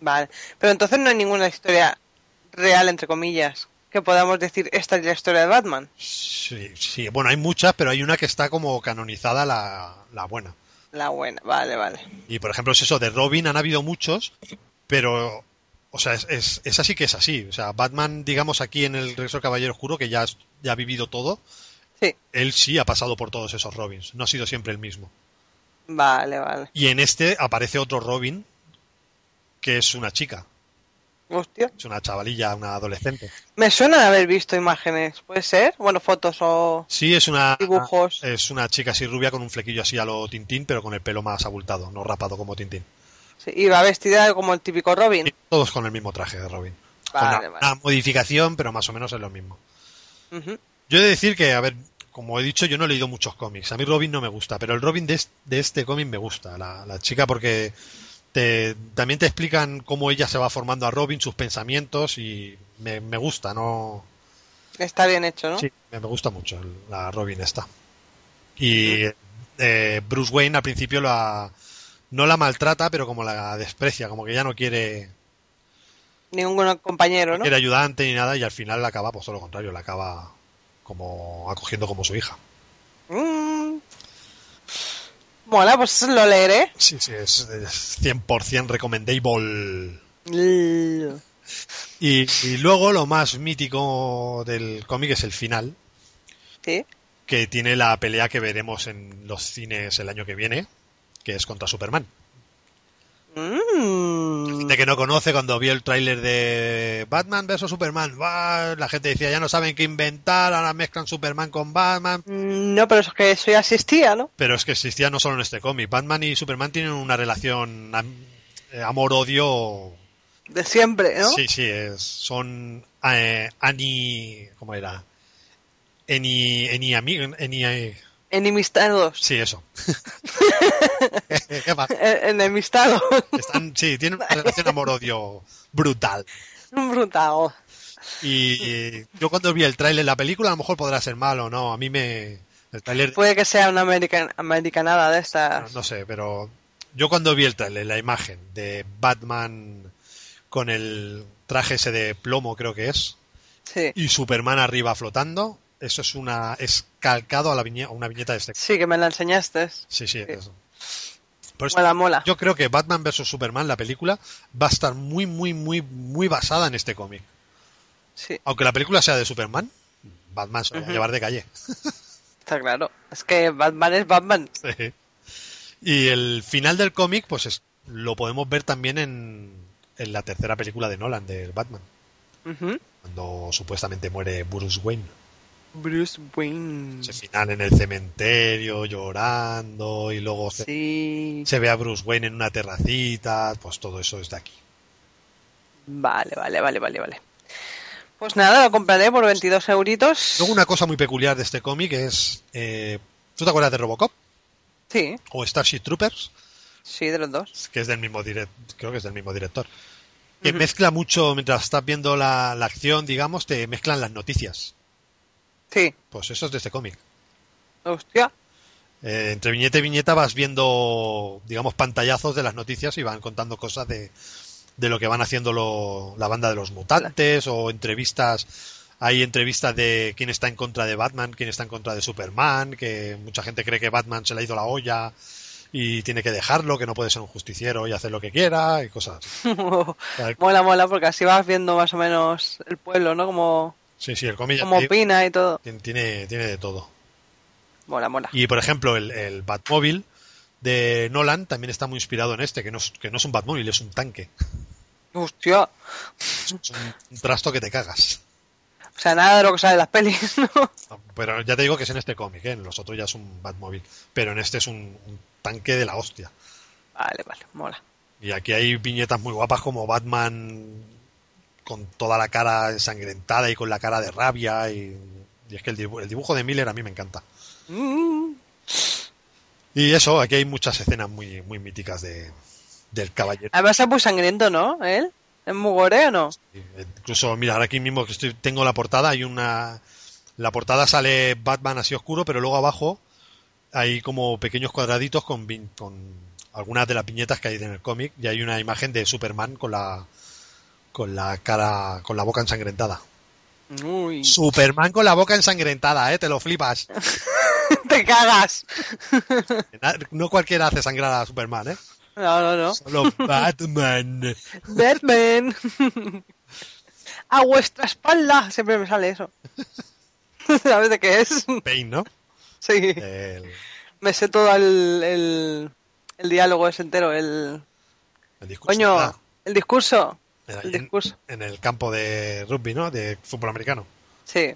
Vale. Pero entonces no hay ninguna historia real, entre comillas, que podamos decir esta es la historia de Batman. Sí, sí, bueno, hay muchas, pero hay una que está como canonizada la, la buena. La buena. Vale, vale. Y por ejemplo es eso, de Robin han habido muchos, pero... O sea, es, es, esa sí que es así. O sea, Batman, digamos aquí en el Regreso del Caballero Oscuro, que ya, has- ya ha vivido todo, Sí. él sí ha pasado por todos esos Robins. No ha sido siempre el mismo. Vale, vale. Y en este aparece otro Robin, que es una chica. Hostia. Es una chavalilla, una adolescente. Me suena de haber visto imágenes. ¿Puede ser? Bueno, fotos o. Sí, es una Dibujos. es una chica así rubia con un flequillo así a lo Tintín, pero con el pelo más abultado, no rapado como Tintín. Sí, y va vestida como el típico Robin. Y todos con el mismo traje de Robin. Vale, con una, vale. una modificación, pero más o menos es lo mismo. Ujú. Yo he de decir que, a ver, como he dicho, yo no he leído muchos cómics. A mí Robin no me gusta, pero el Robin de, es- de este cómic me gusta, la, la chica, porque te, también te explican cómo ella se va formando a Robin, sus pensamientos, y me, me gusta, ¿no? Está bien hecho, ¿no? Sí, me me gusta mucho el- la Robin esta. Y eh, Bruce Wayne al principio la, no la maltrata, pero como la desprecia, como que ya no quiere, Ningún compañero, no ¿no? quiere ayudante ni nada, y al final la acaba, pues todo lo contrario, la acaba como acogiendo como su hija. Mm. Mola, pues lo leeré. Sí, sí, es, es 100% recomendable. L- Y, y luego lo más mítico del cómic es el final, Sí. que tiene la pelea que veremos en los cines el año que viene, que es contra Superman. Mm. gente que no conoce cuando vio el tráiler de Batman vs Superman, ¡buah! la gente decía ya no saben qué inventar, ahora mezclan Superman con Batman, No, pero es que eso ya existía, ¿no? pero es que existía no solo en este cómic, Batman y Superman tienen una relación am- eh, amor-odio, De siempre, ¿no? sí sí, es- son eh, ani, ¿cómo era? Eni, eni, ami- eni- eh, Enemistados. sí eso. ¿Qué pasa? Eh, Enemistados. Están- sí, tienen una relación amor-odio brutal. Brutal. Y yo cuando vi el tráiler, la película a lo mejor podrá ser malo, ¿no? A mí me... El tráiler... Puede que sea una American, americanada de no, estas. no sé, pero... Yo cuando vi el tráiler, la imagen de Batman con el traje ese de plomo, creo que es, Sí. y Superman arriba flotando, eso es una... es calcado a, la viñe- a una viñeta de este... Sí, que me la enseñaste. Sí, sí, eso. Por eso Mola, mola. Pues, Yo creo que Batman vs Superman, la película, va a estar muy, muy, muy, muy basada en este cómic. Sí, Aunque la película sea de Superman, Batman se lo va a llevar de calle. está claro. Es que Batman es Batman. y el final del cómic, pues es- lo podemos ver también en, en la tercera película de Nolan, del Batman, Ujú. cuando supuestamente muere Bruce Wayne. Bruce Wayne. Ese final en el cementerio, llorando, y luego se- Sí. se ve a Bruce Wayne en una terracita, pues todo eso está aquí. Vale, vale, vale, vale, vale. Pues nada, lo compraré por 22 euritos. Luego una cosa muy peculiar de este cómic es... eh, ¿Tú te acuerdas de Robocop? Sí, ¿O Starship Troopers? sí, de los dos. que es del mismo direct, creo que es del mismo director. Que mezcla mucho, mientras estás viendo la, la acción, digamos, te mezclan las noticias. Sí. Pues eso es de este cómic. Hostia. Eh, entre viñeta y viñeta vas viendo, digamos, pantallazos de las noticias y van contando cosas de, de lo que van haciendo lo- la banda de los mutantes o entrevistas. Hay entrevistas de quién está en contra de Batman, quién está en contra de Superman, que mucha gente cree que Batman se le ha ido la olla y tiene que dejarlo, que no puede ser un justiciero y hacer lo que quiera y cosas. así. Tal- mola, mola, porque así vas viendo más o menos el pueblo, ¿no? Como, Sí, sí, el cómic ya como te digo, opina y todo. tien- tiene, tiene de todo. Mola, mola. Y por ejemplo, el, el Batmóvil de Nolan también está muy inspirado en este, que no es, que no es un Batmóvil, es un tanque. Hostia. Es un, un trasto que te cagas. O sea, nada de lo que sale en las pelis, ¿no? Pero ya te digo que es en este cómic, ¿eh? en los otros ya es un Batmóvil. Pero en este es un, un tanque de la hostia. Vale, vale, mola. Y aquí hay viñetas muy guapas como Batman con toda la cara ensangrentada y con la cara de rabia. Y, y es que el dibu- el dibujo de Miller a mí me encanta. Mm, Y eso, aquí hay muchas escenas muy, muy míticas de, del caballero. Además es muy sangriento, ¿no? ¿Él? ¿Es muy gore o no? Eh, Incluso, mira, ahora aquí mismo que estoy, tengo la portada, hay una... La portada sale Batman así oscuro, pero luego abajo hay como pequeños cuadraditos con, vin- con algunas de las viñetas que hay en el cómic y hay una imagen de Superman con la con la cara, con la boca ensangrentada. Uy. Superman con la boca ensangrentada, eh, te lo flipas. ¡Te cagas! No cualquiera hace sangrar a Superman, eh. No, no, no. Solo Batman. Batman. A vuestra espalda. Siempre me sale eso. ¿Sabes de qué es? Pain, ¿no? Sí. El- Me sé todo el, el, el diálogo ese entero. El. el discurso, Coño, ¿verdad? el discurso. Era El en- discurso. En, el campo de rugby, ¿no? De fútbol americano. Sí.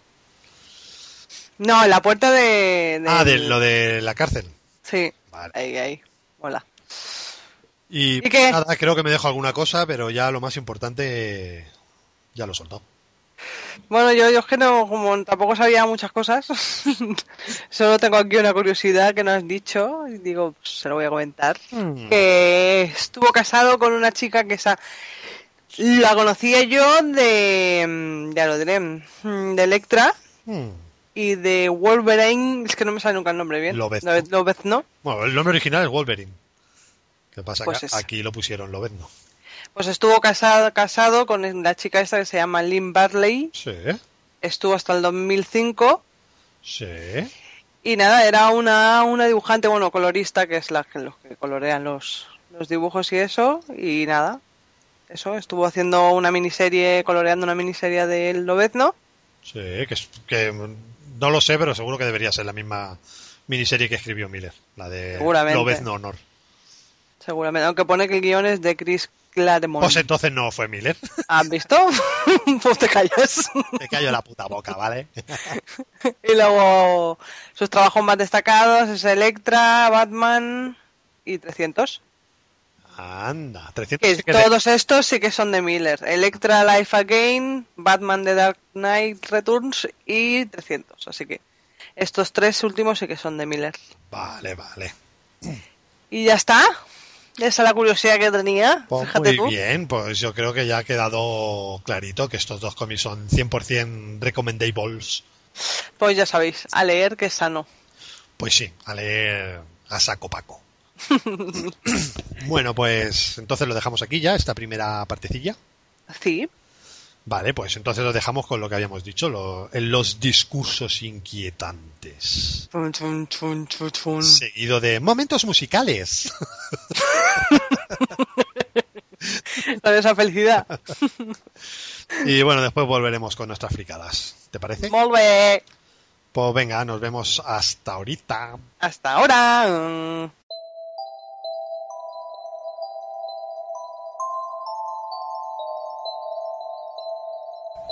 No, la puerta de. Ah, de del- lo de la cárcel. Sí. Vale. Ahí, ahí. Hola. Y, ¿Y qué? nada, creo que me dejo alguna cosa, pero ya lo más importante eh, ya lo he soltado. Bueno, yo, yo es que no, como tampoco sabía muchas cosas, solo tengo aquí una curiosidad que no has dicho, y digo, pues, se lo voy a comentar, que estuvo casado con una chica que esa la conocía yo de, mm, ya lo diré, mm, de Electra Hmm. y de Wolverine, es que no me sale nunca el nombre bien, Lobezno. Lobe- Lobezno. Bueno, el nombre original es Wolverine. ¿Qué pasa? Pues que eso. aquí lo pusieron Lobezno. pues estuvo casado, casado con la chica esta que se llama Lynn Barley, Sí, estuvo hasta el 2005 sí. Y nada, era una, una dibujante, bueno, colorista, que es la que los que colorean los, los dibujos y eso, y nada. Eso, estuvo haciendo una miniserie, coloreando una miniserie de El Lobezno. Sí, que, es- que mm, no lo sé, pero seguro que debería ser la misma miniserie que escribió Miller, la de Seguramente. Lobezno Honor. Seguramente, aunque pone que el guión es de Chris Claremont. Pues entonces no fue Miller. ¿Has visto? pues te callas. Te callo la puta boca, ¿vale? y luego, sus trabajos más destacados es Electra, Batman y 300. Anda, 300 Que sí que de- todos estos sí que son de Miller. Electra Life Again, Batman The Dark Knight Returns y 300. Así que estos tres últimos sí que son de Miller. Vale, vale. Y ya está. Esa es la curiosidad que tenía. Pues Fíjate muy tú. bien, pues yo creo que ya ha quedado clarito que estos dos cómics son 100% recommendables. Pues ya sabéis, a leer que es sano. Pues sí, a leer a saco paco. bueno, pues entonces lo dejamos aquí ya, esta primera partecilla. Sí. Vale, pues entonces lo dejamos con lo que habíamos dicho, lo- en los discursos inquietantes. Chun, chun, chun, chun, chun. Seguido de momentos musicales. Con esa felicidad. Y bueno, después volveremos con nuestras fricadas. ¿Te parece? Molt bé. Pues venga, nos vemos hasta ahorita. Hasta ahora. Mm.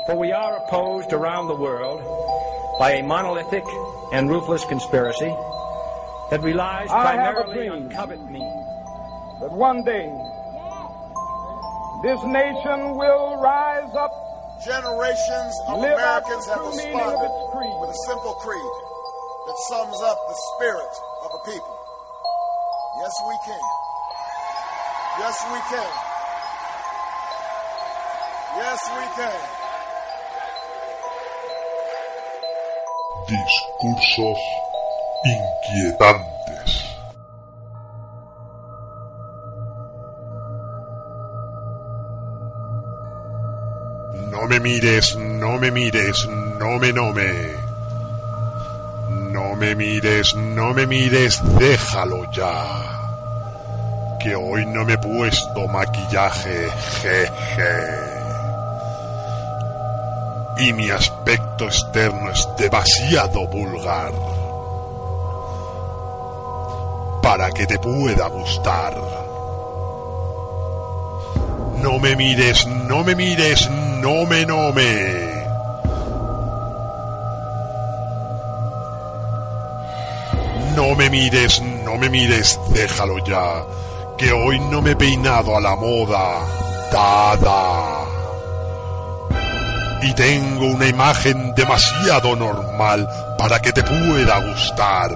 For we are opposed around the world by a monolithic and ruthless conspiracy that relies I have a primarily on dream. covet means. that one day this nation will rise up, Generations of live out the Americans have true meaning of responded its creed. with a simple creed that sums up the spirit of a people. Yes, we can. Yes, we can. Yes, we can. Discursos inquietantes. No me mires, no me mires, no me no me. No me mires, no me mires, déjalo ya. Que hoy no me he puesto maquillaje, jeje y mi aspecto externo es demasiado vulgar para que te pueda gustar. No me mires, no me mires, no me, no me. No me mires, no me mires, déjalo ya, que hoy no me he peinado a la moda. Dada y tengo una imagen demasiado normal para que te pueda gustar.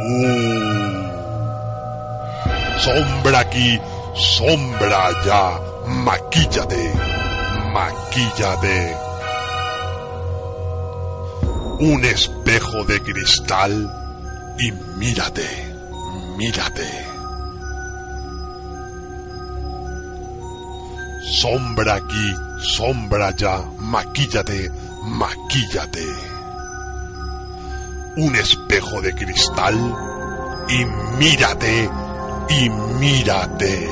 Uh. Sombra aquí, sombra allá, maquíllate, maquíllate. Un espejo de cristal y mírate, mírate. Sombra aquí, sombra allá, maquíllate, maquíllate. Un espejo de cristal y mírate, y mírate.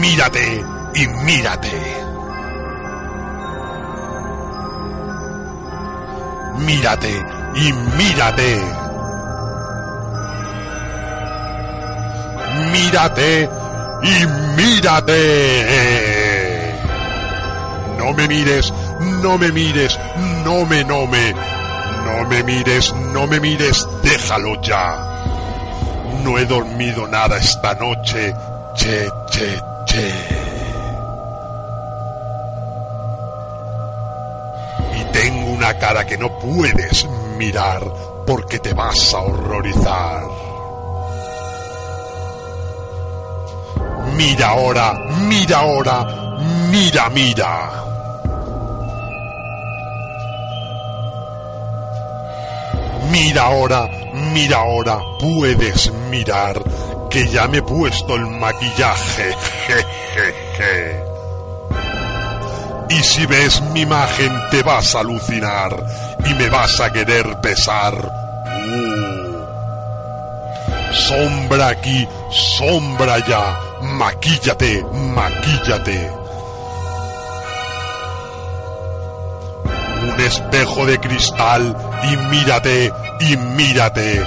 Mírate y mírate. Mírate y mírate. mírate y mírate. No me mires, no me mires, no me, no me, no me mires, no me mires, déjalo ya. No he dormido nada esta noche, che, che, che. Y tengo una cara que no puedes mirar porque te vas a horrorizar. Mira ahora, mira ahora, mira, mira. Mira ahora, mira ahora, puedes mirar que ya me he puesto el maquillaje. je, je, je. Y si ves mi imagen te vas a alucinar y me vas a querer besar. Uh. Sombra aquí, sombra allá. Maquíllate, maquíllate. Un espejo de cristal y mírate, y mírate.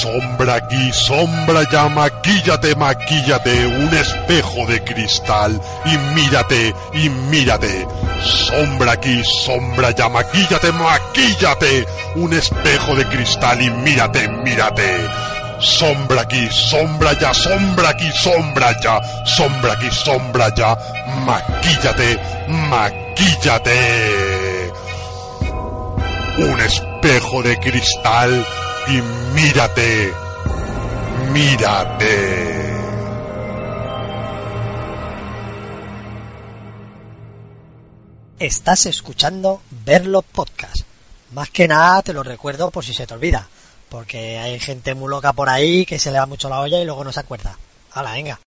Sombra aquí, sombra allá, maquíllate, maquíllate. Un espejo de cristal y mírate, y mírate. Sombra aquí, sombra allá, maquíllate, maquíllate. Un espejo de cristal y mírate, mírate. Sombra aquí, sombra ya, sombra aquí, sombra ya, sombra aquí, sombra ya, maquíllate, maquíllate. Un espejo de cristal y mírate, mírate. Estás escuchando Verlo Podcast. Más que nada te lo recuerdo por si se te olvida, porque hay gente muy loca por ahí que se le va mucho la olla y luego no se acuerda. Hala, venga.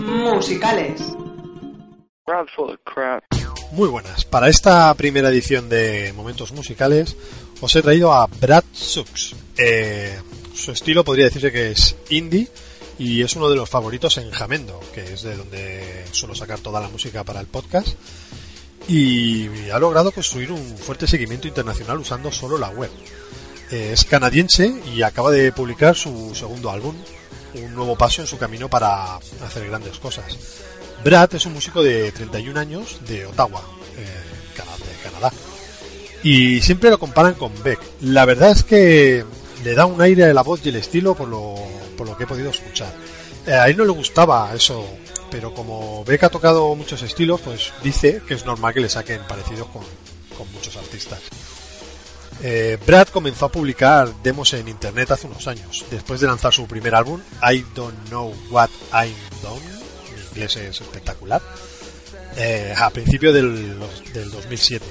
musicales. Muy buenas. Para esta primera edición de Momentos Musicales os he traído a Brad Sux. Eh, su estilo podría decirse que es indie y es uno de los favoritos en Jamendo, que es de donde suelo sacar toda la música para el podcast. Y ha logrado construir un fuerte seguimiento internacional usando solo la web. Eh, es canadiense y acaba de publicar su segundo álbum, un nuevo paso en su camino para hacer grandes cosas. Brad es un músico de 31 años de Ottawa, eh, Cana- de Canadá. Y siempre lo comparan con Beck. La verdad es que le da un aire a la voz y el estilo por lo, por lo que he podido escuchar. Eh, a él no le gustaba eso, pero como Beck ha tocado muchos estilos, pues dice que es normal que le saquen parecidos con, con muchos artistas. Eh, Brad comenzó a publicar demos en internet hace unos años, después de lanzar su primer álbum, I Don't Know What I'm Done, en inglés es espectacular, eh, a principios del, los- del 2007.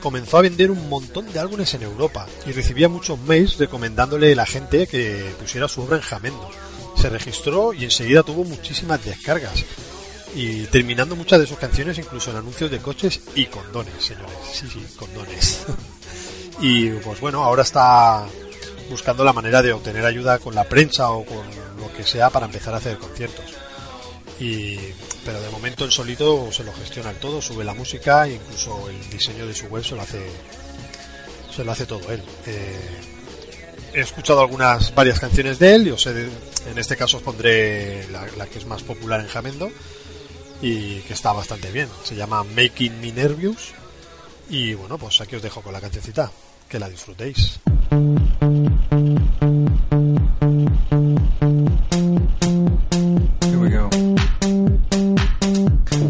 Comenzó a vender un montón de álbumes en Europa y recibía muchos mails recomendándole a la gente que pusiera su obra en Jamendo. Se registró y enseguida tuvo muchísimas descargas y terminando muchas de sus canciones incluso en anuncios de coches y condones, señores. Sí, sí, condones. y pues bueno, ahora está buscando la manera de obtener ayuda con la prensa o con lo que sea para empezar a hacer conciertos. Y, pero de momento el solito se lo gestiona el todo, sube la música e incluso el diseño de su web se lo hace, se lo hace todo él. Eh, he escuchado algunas varias canciones de él y os he- en este caso os pondré la, la que es más popular en Jamendo y que está bastante bien. Se llama Making Me Nervous y bueno, pues aquí os dejo con la cancioncita. Que la disfrutéis. Here we go.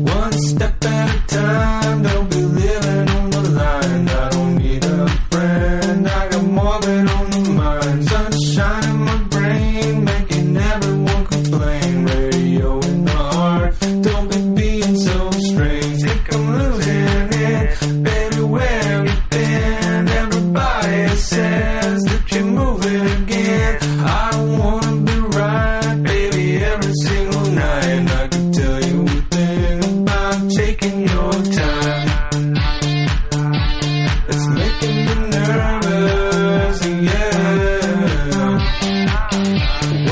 One step at a time, don't be living on the line. I don't need a friend, I got Marvin on the mind. Sunshine in my brain, making everyone complain. Radio in the heart, don't be being so strange. Think I'm losing it, baby, where have you been? Everybody says that you're moving again. I don't wanna be right, baby, every single night. I can tell you one thing about taking your time. It's making me nervous, yeah.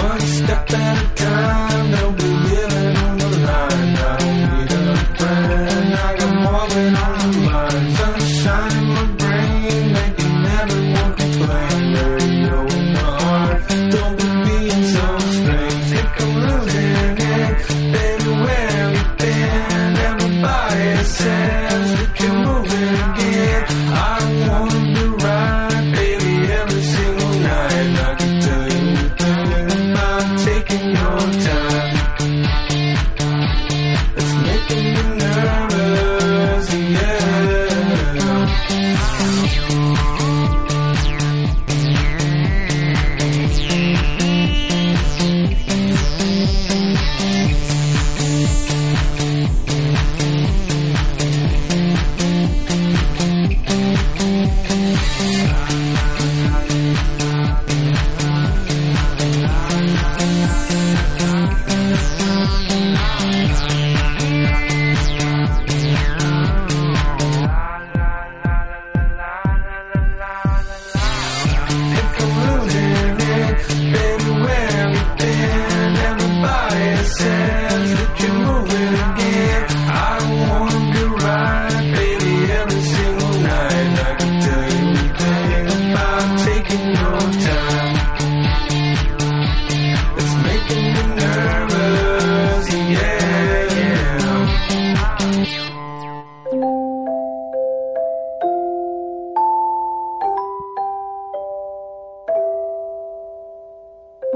One step at a time, no be living on the line. I don't need a friend, I got Marvin on the line. Sunshine in my brain, making everyone complain. Radio in my heart, don't be being so strange. Think I'm losing it, baby, where have you been? Everybody says that you're moving again. I wanna be right, baby, every single night. I can tell you one thing about taking your time. It's making me nervous, yeah.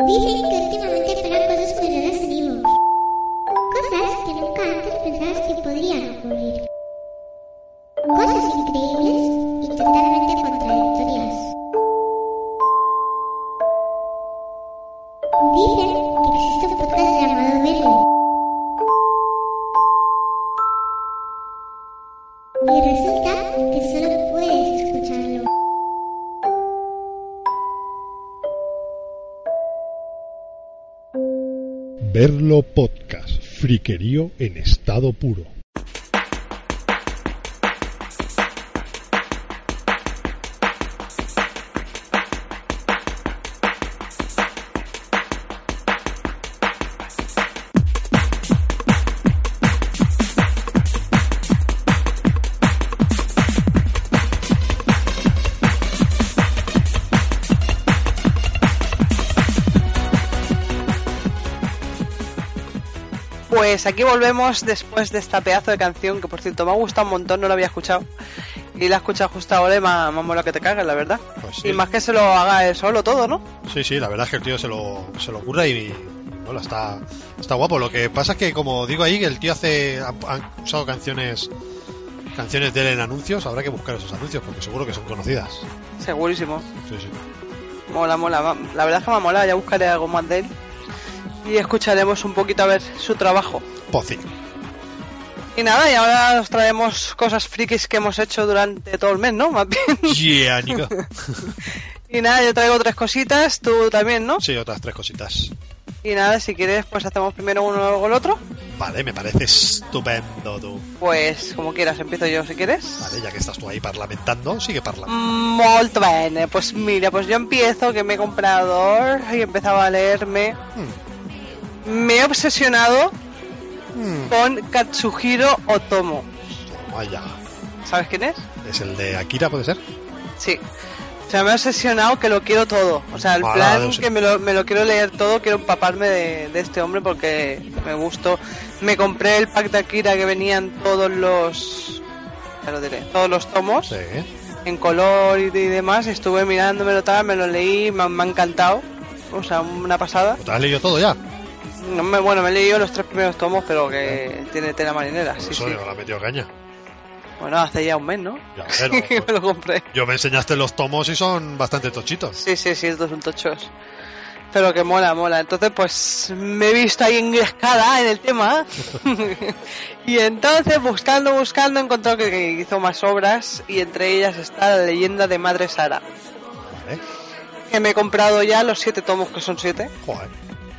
Dicen que últimamente pasan cosas curiosas en Evox. Cosas que nunca antes pensabas que podrían ocurrir. Cosas increíbles y totalmente contradictorias. Dicen que existe un podcast llamado Verbo. Y resulta que solo puedes escucharlo. Verlo Podcast, friquerío en estado puro. Pues aquí volvemos después de esta pedazo de canción que, por cierto, me ha gustado un montón, no la había escuchado. Y la he escuchado justo ahora y me ha, me ha molado que te cagas, la verdad. Pues sí. Y más que se lo haga él solo todo, ¿no? Sí, sí, la verdad es que el tío se lo, se lo curra y, y, bueno, está, está guapo. Lo que pasa es que, como digo ahí, el tío hace, ha, ha usado canciones canciones de él en anuncios. Habrá que buscar esos anuncios porque seguro que son conocidas. Segurísimo. Sí, sí. Mola, mola. va- La verdad es que me ha molado, ya buscaré algo más de él. Y escucharemos un poquito a ver su trabajo. Pozi. Y nada, y ahora os traemos cosas frikis que hemos hecho durante todo el mes, ¿no? Más bien. Yeah, Nico. Y nada, yo traigo tres cositas, tú también, ¿no? Sí, otras tres cositas. Y nada, si quieres, pues hacemos primero uno luego el otro. Vale, me parece estupendo tú. Pues como quieras, empiezo yo si quieres. Vale, ya que estás tú ahí parlamentando, sigue parlamentando. Molto bene, pues mira, pues yo empiezo que me he comprado y empezaba a leerme. Me he obsesionado con Katsuhiro Otomo. Vaya, ¿Sabes quién es? es el de Akira, ¿puede ser? Sí. O sea, me he obsesionado que lo quiero todo. O sea, el Mala plan Deus. que me lo, me lo quiero leer todo, quiero empaparme de, de este hombre porque me gustó. Me compré el pack de Akira que venían todos los... ya lo diré, todos los tomos Sí. ¿eh? en color y, y demás. Estuve mirándomelo tal, me lo leí, me, ha- me ha encantado. O sea, una pasada. ¿Te has leído todo ya? No me- bueno, me he leído los tres primeros tomos, pero que tiene tela marinera. Por Sí, eso sí. yo la he metido caña. Bueno, hace ya un mes, ¿no? Ya, pero, que me lo compré. yo me enseñaste los tomos y son bastante tochitos. Sí, sí, sí, estos son tochos. Pero que mola, mola. Entonces, pues me he visto ahí engrescada en el tema. y entonces, buscando, buscando, encontró que, que hizo más obras y entre ellas está la leyenda de Madre Sara. Vale. Que me he comprado ya los siete tomos, que son siete. Joder.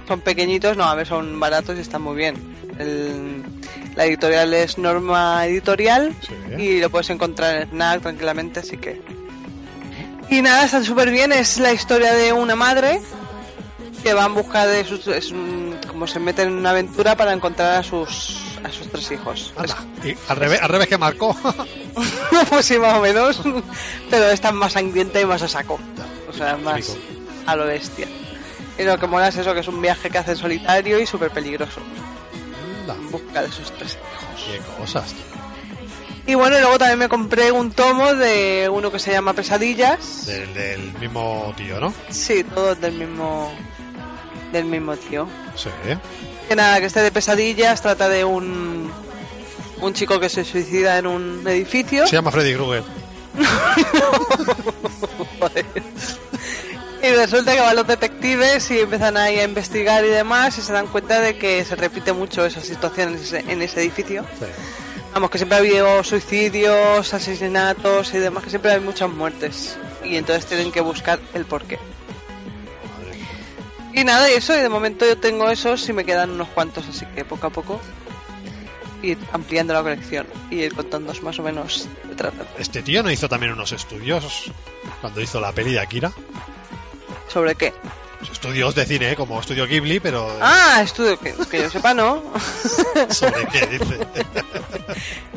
Son pequeñitos, no, a ver, son baratos y están muy bien. El- la editorial es Norma Editorial Sí. y lo puedes encontrar en Snack tranquilamente, así que... Y nada, están súper bien, es la historia de una madre que va en busca de sus... Es un- como se mete en una aventura para encontrar a sus, a sus tres hijos. Anda, y al revés, al revés que marcó. pues sí, más o menos. Pero esta es más sangrienta y más a saco. O sea, más a lo bestia. Y lo que mola es eso, que es un viaje que hace en solitario y súper peligroso. Anda, En busca de sus tres. qué cosas. Y bueno, y luego también me compré un tomo de uno que se llama Pesadillas. Del, del mismo tío, ¿no? Sí, todos del mismo, del mismo tío. Sí. Que nada, que este de Pesadillas trata de un, un chico que se suicida en un edificio. Se llama Freddy Krueger. Joder. Y resulta que van los detectives y empiezan ahí a investigar y demás y se dan cuenta de que se repite mucho esa situación en ese, en ese edificio. Sí. Vamos, que siempre ha habido suicidios, asesinatos y demás, que siempre hay muchas muertes. Y entonces tienen que buscar el porqué. Y nada, y eso, y de momento yo tengo esos y me quedan unos cuantos, así que poco a poco ir ampliando la colección y ir contándos más o menos de tratan. Este tío no hizo también unos estudios cuando hizo la peli de Akira. ¿Sobre qué? Estudios de cine, ¿eh? como estudio Ghibli, pero Ah, estudio, que, que yo sepa, ¿no? sobre qué dice.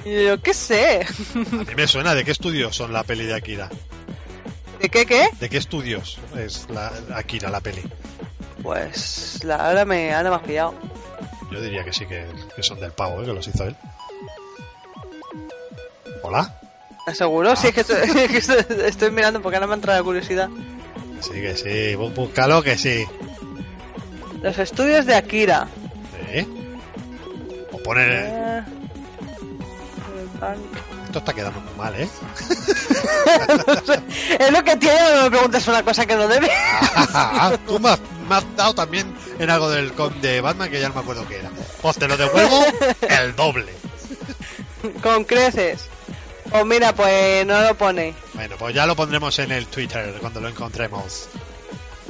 Y yo qué sé. A mí me suena de qué estudios son la peli de Akira. ¿De qué qué? ¿De qué estudios es la Akira la peli? Pues la, ahora, me, ahora me has pillado. Yo diría que sí que, que son del pavo, ¿eh? que los hizo él. Hola. ¿Seguro? Sí, es que, estoy, es que estoy- estoy mirando porque ahora me ha entrado la curiosidad. Sí, que sí. Bú- Búscalo que sí. Los estudios de Akira. ¿Eh? O poner. Eh, Esto está quedando muy mal, ¿eh? Es lo que tiene cuando me preguntas una cosa que no debe. Tú me has, me has dado también en algo del con de Batman que ya no me acuerdo qué era. Pues te lo devuelvo el doble. Con creces. O mira, pues no lo pone. Bueno, pues ya lo pondremos en el Twitter cuando lo encontremos.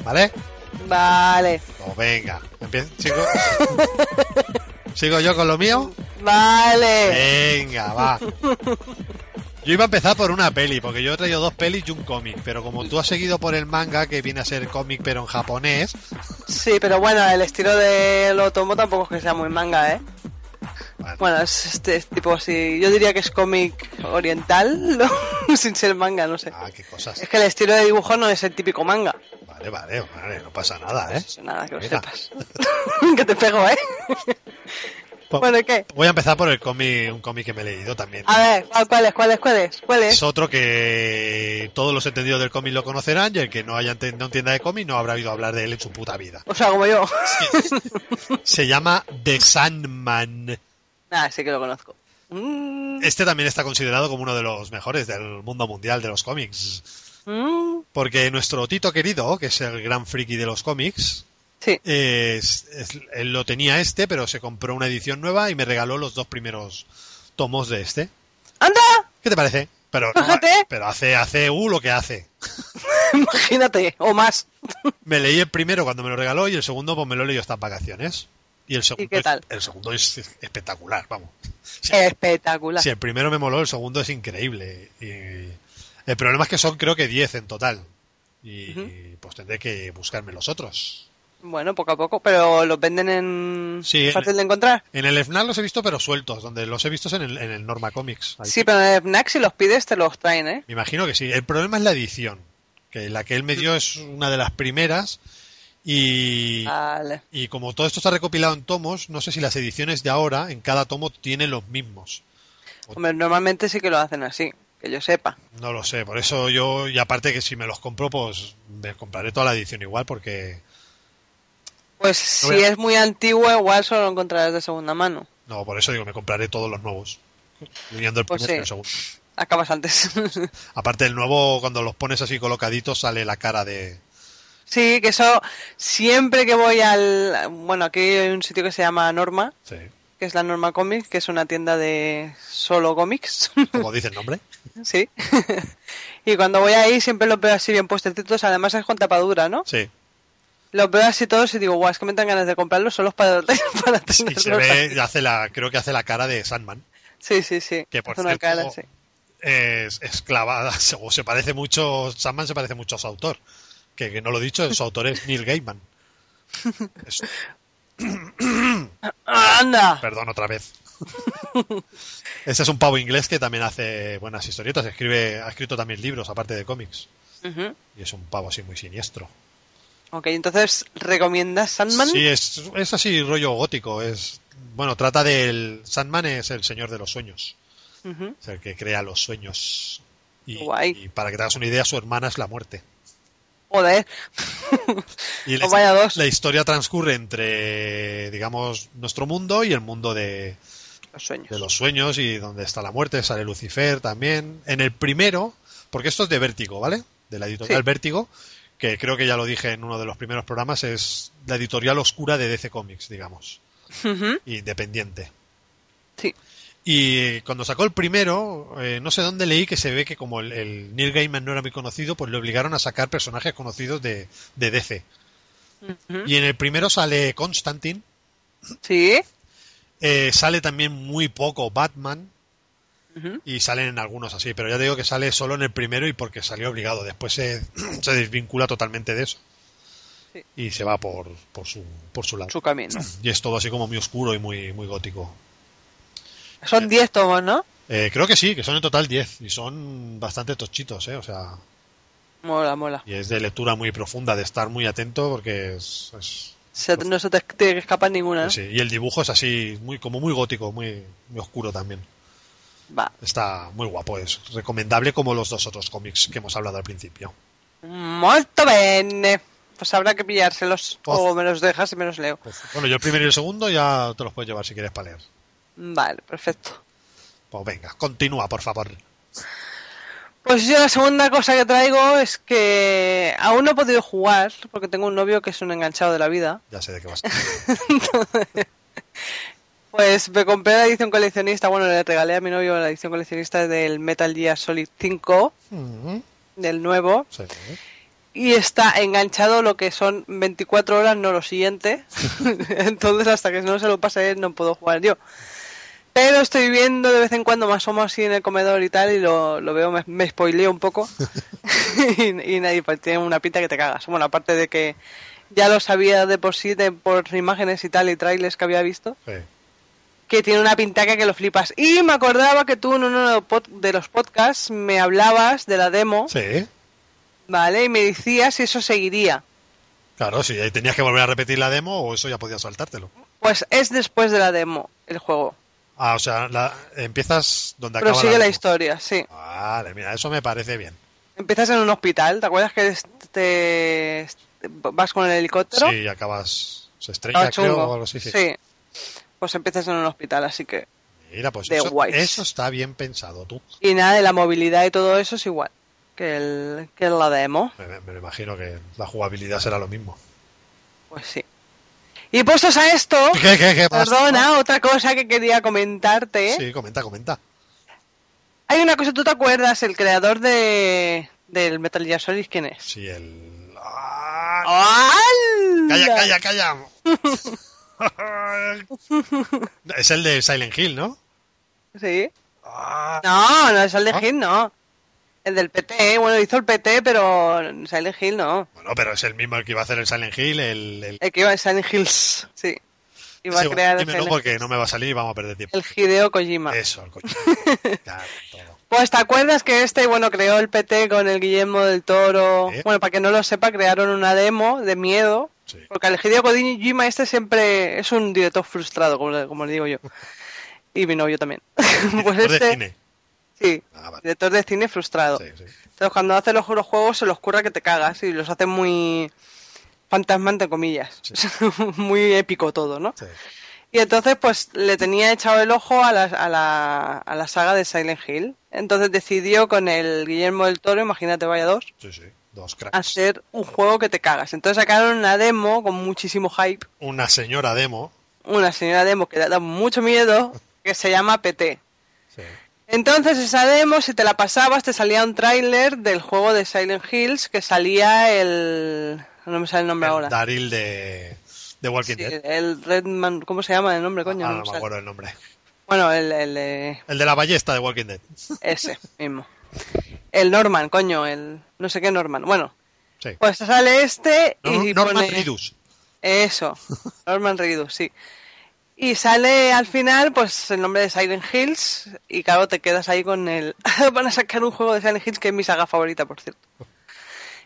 ¿Vale? Vale. Pues venga, empie- sigo. ¿Sigo yo con lo mío? Vale. Venga, va. Yo iba a empezar por una peli, porque yo he traído dos pelis y un cómic, pero como tú has seguido por el manga, que viene a ser cómic pero en japonés, Sí, pero bueno, el estilo del Otomo tampoco es que sea muy manga, ¿eh? Vale. Bueno, es este es tipo así. Yo diría que es cómic oriental, ¿no? sin ser manga, no sé. ah, qué cosas. Es que el estilo de dibujo no es el típico manga. Vale, vale, vale, no pasa nada, ¿eh? Nada, que lo Venga. sepas. que te pego, ¿eh? Po- bueno, ¿y ¿qué? Voy a empezar por el cómic, un cómic que me he leído también. A ver, ¿cuál- ¿cuál es? ¿Cuál es? ¿Cuál es? ¿Cuál Es es? otro que todos los entendidos del cómic lo conocerán y el que no, haya enten- no entienda de cómic no habrá oído hablar de él en su puta vida. O sea, como yo. Se llama The Sandman. ah, sí que lo conozco. Mm, Este también está considerado como uno de los mejores del mundo mundial de los cómics. mm, Porque nuestro Tito querido, que es el gran friki de los cómics, sí. es- es- él lo tenía este, pero se compró una edición nueva y me regaló los dos primeros tomos de este. ¡Anda! ¿Qué te parece? Pero, no- Fíjate. pero hace, hace uh, lo que hace. Imagínate, o más. Me leí el primero cuando me lo regaló y el segundo pues me lo he leído estas vacaciones. Y el segundo, qué es- tal? el segundo es espectacular, vamos. Sí. Espectacular. Si el primero me moló, el segundo es increíble. Y el problema es que son creo que 10 en total. Y pues tendré que buscarme los otros. Bueno, poco a poco, pero los venden en. Sí, en- fácil de encontrar. En el FNAC los he visto pero sueltos, donde los he visto es en el, en el Norma Comics. Ahí. Sí, pero en el Fnac si los pides te los traen, ¿eh? Me imagino que sí. El problema es la edición, que la que él me dio es una de las primeras y, Vale. y como todo esto está recopilado en tomos, no sé si las ediciones de ahora en cada tomo tienen los mismos. Hombre, normalmente sí que lo hacen así, que yo sepa. No lo sé, por eso yo, y aparte que si me los compro, pues me compraré toda la edición igual porque... Pues No si veo. es muy antiguo, igual solo lo encontrarás de segunda mano. No, por eso digo, me compraré todos los nuevos. Leyendo el Pues primero y el sí. segundo. Acabas antes. Aparte el nuevo, cuando los pones así colocaditos, sale la cara de... sí, que eso siempre que voy al. Bueno, aquí hay un sitio que se llama Norma, Sí. que es la Norma Comics, que es una tienda de solo cómics. Como dice el nombre. sí. y cuando voy ahí siempre los veo así bien puestecitos, además es con tapadura, ¿no? Sí. Los veo así todos y digo, guau, es que me dan ganas de comprarlos solos para, para Y se tenerlos ve, aquí". y hace la, creo que hace la cara de Sandman. Sí, sí, sí. Que por Hace una cierto, cara, sí. Es, es clavada, o se parece mucho, Sandman se parece mucho a su autor. Que, que no lo he dicho, su autor es Neil Gaiman. Es- ¡Anda! Perdón, otra vez. Ese es un pavo inglés que también hace buenas historietas. Escribe, ha escrito también libros, aparte de cómics. Ujú. Y es un pavo así muy siniestro. Ok, entonces, ¿recomiendas Sandman? Sí, es, es así rollo gótico. Es bueno, trata del Sandman es el señor de los sueños, Ujú. es el que crea los sueños. Y, Guay. y para que te hagas una idea, su hermana es la muerte. Joder. Y Oh, vaya dos. la historia transcurre entre, digamos, nuestro mundo y el mundo de, Los sueños. de los sueños y donde está la muerte, sale Lucifer también. En el primero, porque esto es de Vértigo, ¿vale? De la editorial Sí. Vértigo, que creo que ya lo dije en uno de los primeros programas, es la editorial oscura de DC Comics, digamos, Ujú. independiente. Sí. Y cuando sacó el primero, eh, no sé dónde leí que se ve que como el, el Neil Gaiman no era muy conocido, pues le obligaron a sacar personajes conocidos de, de DC. Ujú. Y en el primero sale Constantine, Sí. eh, sale también muy poco Batman, Ujú. y salen en algunos así, pero ya te digo que sale solo en el primero y porque salió obligado. Después se, se desvincula totalmente de eso Sí. y se va por, por, su, por su lado. Su camino. Y es todo así como muy oscuro y muy, muy gótico. Son 10 tomos, ¿no? Eh, creo que sí, que son en total 10 y son bastante tochitos, ¿eh? O sea, Mola, mola. y es de lectura muy profunda, de estar muy atento porque es. es- Se- no se te, te escapa ninguna. ¿no? sí. Y el dibujo es así, muy como muy gótico, muy, muy oscuro también. Va. Está muy guapo, es recomendable como los dos otros cómics que hemos hablado al principio. Molto bene. Pues habrá que pillárselos. Poz. O me los dejas y me los leo. Pues, bueno, yo el primero y el segundo ya te los puedes llevar si quieres para leer. Vale, perfecto. Pues venga, continúa, por favor. Pues yo la segunda cosa que traigo es que aún no he podido jugar porque tengo un novio que es un enganchado de la vida. Ya sé de qué vas. Pues me compré la edición coleccionista, bueno, le regalé a mi novio la edición coleccionista del Metal Gear Solid 5, Mm, del nuevo, sí. y está enganchado lo que son 24 horas, no lo siguiente. Entonces, hasta que no se lo pase él, no puedo jugar yo. Pero estoy viendo de vez en cuando, me asomo así en el comedor y tal, y lo, lo veo, me, me spoileo un poco. y, y nadie, pues, tiene una pinta que te cagas. Bueno, aparte de que ya lo sabía de por sí, de, por imágenes y tal, y trailers que había visto Sí. que tiene una pintaca que lo flipas. Y me acordaba que tú en uno de los pod- de los podcasts me hablabas de la demo, Sí. ¿vale? Y me decías si eso seguiría. Claro, si ahí tenías que volver a repetir la demo o eso ya podías saltártelo. Pues es después de la demo el juego. Ah, o sea, la- empiezas donde acaba Prosigue la demo. historia, sí. Vale, mira, eso me parece bien. Empiezas en un hospital, ¿te acuerdas que es- te, este- vas con el helicóptero? Sí, acabas. Se estrella, Estaba creo, chungo. o algo así. Sí. Sí. Pues empiezas en un hospital, así que... Mira, pues The eso, Wise. eso está bien pensado, tú. Y nada, de la movilidad y todo eso es igual que, el, que la demo. Me, me- me lo imagino que la jugabilidad será lo mismo. Pues sí. Y puestos a esto... ¿Qué, qué, qué pasa? Perdona, otra cosa que quería comentarte. Sí, comenta, comenta. Hay una cosa, ¿tú te acuerdas? El creador de del Metal Gear Solid, ¿quién es? Sí, el. ¡Ah! ¡Hala! ¡Calla, calla, calla! es el de Silent Hill, ¿no? Sí. ¡Ah! No, no, Silent ¿Ah? Hill no. El del PT, bueno, hizo el PT, pero Silent Hill no. Bueno, pero es el mismo el que iba a hacer el Silent Hill, el. el... El que iba a Silent Hills, sí. Iba Sí, a bueno, crear dímelo Silent- porque no me va a salir y vamos a perder tiempo. el Hideo Kojima. Eso, el coche. Claro, todo. Pues te acuerdas que este, bueno, creó el PT con el Guillermo del Toro. Sí. Bueno, para que no lo sepa, crearon una demo de miedo. Sí. Porque el Hideo Kojima este siempre es un director frustrado, como le, como le digo yo. Y mi novio también. pues Director de este, cine. sí, Ah, vale. director de cine frustrado. Sí, sí. Entonces cuando hace los, los juegos se los curra que te cagas y los hace muy fantasmante, entre comillas. muy épico todo, ¿no? Sí. Y entonces, pues le tenía echado el ojo a la, a la, a la saga de Silent Hill. Entonces decidió con el Guillermo del Toro, imagínate, vaya dos, Sí, sí, dos cracks. hacer un juego que te cagas. Entonces sacaron una demo con muchísimo hype, Una señora demo. una señora demo que da da mucho miedo, que se llama PT. Sí. Entonces esa demo, si te la pasabas, te salía un tráiler del juego de Silent Hills que salía el... No me sale el nombre ahora. Daril de, de Walking Sí, Dead. el Redman, ¿cómo se llama el nombre, coño? Ah, No no me me sale. acuerdo el nombre. Bueno, el- el eh, El de la ballesta de Walking Dead. Ese mismo. El Norman, coño, el no sé qué Norman. Bueno, Sí. pues sale este No- y Norman pone- Reedus. Eso, Norman Reedus, sí. Y sale al final, pues, el nombre de Silent Hills y claro, te quedas ahí con el... Van a sacar un juego de Silent Hills que es mi saga favorita, por cierto.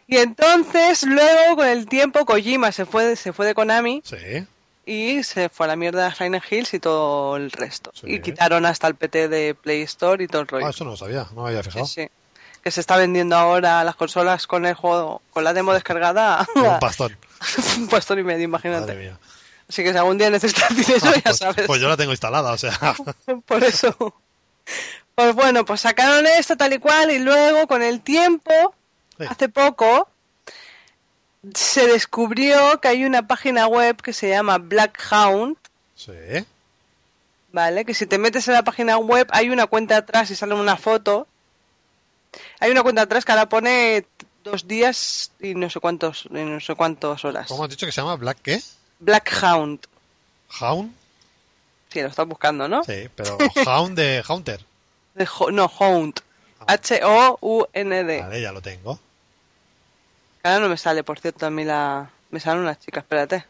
Y entonces, luego, con el tiempo, Kojima se fue, se fue de Konami Sí. y se fue a la mierda a Silent Hills y todo el resto. Sí. Y quitaron hasta el PT de Play Store y todo el rollo. Ah, eso no lo sabía, no me había fijado. Sí, sí. Que se está vendiendo ahora las consolas con el juego, con la demo descargada. Como Un pastón. un pastor y medio, Madre imagínate. mía. Así que si algún día necesitas dinero, Ah, ya pues, sabes. pues yo la tengo instalada, o sea. Por eso. Pues bueno, pues sacaron esto tal y cual y luego con el tiempo, Sí. hace poco, se descubrió que hay una página web que se llama Black Hound, Sí. ¿vale? Que si te metes en la página web hay una cuenta atrás y sale una foto. Hay una cuenta atrás que ahora pone dos días y no sé cuántos, y no sé cuántas horas. ¿Cómo has dicho que se llama? ¿Black qué? Black Hound. ¿Hound? Sí, lo estás buscando, ¿no? Sí, pero Hound de Haunter. De ho- no, Hound. H-O-U-N-D. Ah, Vale, ya lo tengo. Ahora no me sale, por cierto, a mí la... Me salen unas chicas, espérate.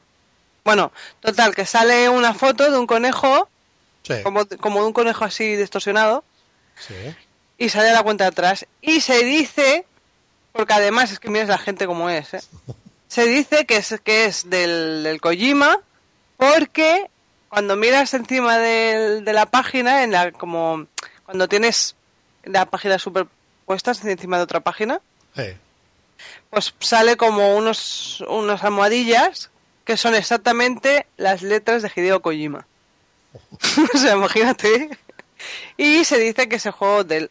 Bueno, total, que sale una foto de un conejo, Sí. como, como de un conejo así distorsionado, Sí. y sale la cuenta de atrás. Y se dice, porque además es que miras la gente como es, ¿eh? se dice que es, que es del, del Kojima, porque cuando miras encima del- de la página, en la, como cuando tienes la página superpuesta encima de otra página, Sí. pues sale como unos, unas almohadillas que son exactamente las letras de Hideo Kojima. o sea, imagínate. Y se dice que ese juego de él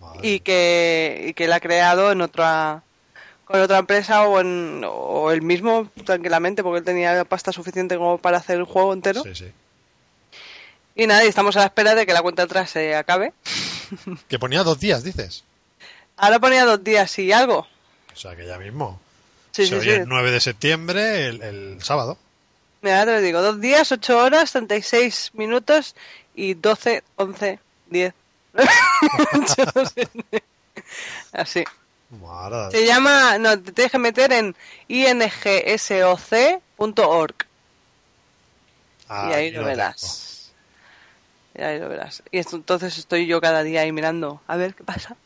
Madre. y que, y que la ha creado en otra con otra empresa o, en, o él mismo tranquilamente porque él tenía la pasta suficiente como para hacer el juego entero. Sí, sí. Y nada, y estamos a la espera de que la cuenta atrás se acabe. Que ponía dos días, dices. Ahora ponía dos días y algo. O sea, que ya mismo. Sí, Se sí, oye sí. el 9 de septiembre, el, el sábado. Mira, te lo digo, dos días, ocho horas, 36 minutos y 12, 11, 10. Yo no sé. Así. Mara, Se llama, no, te tienes que meter en ingsoc.org ah, y ahí aquí lo lo verás. Y ahí lo verás. Y esto- entonces estoy yo cada día ahí mirando, a ver qué pasa.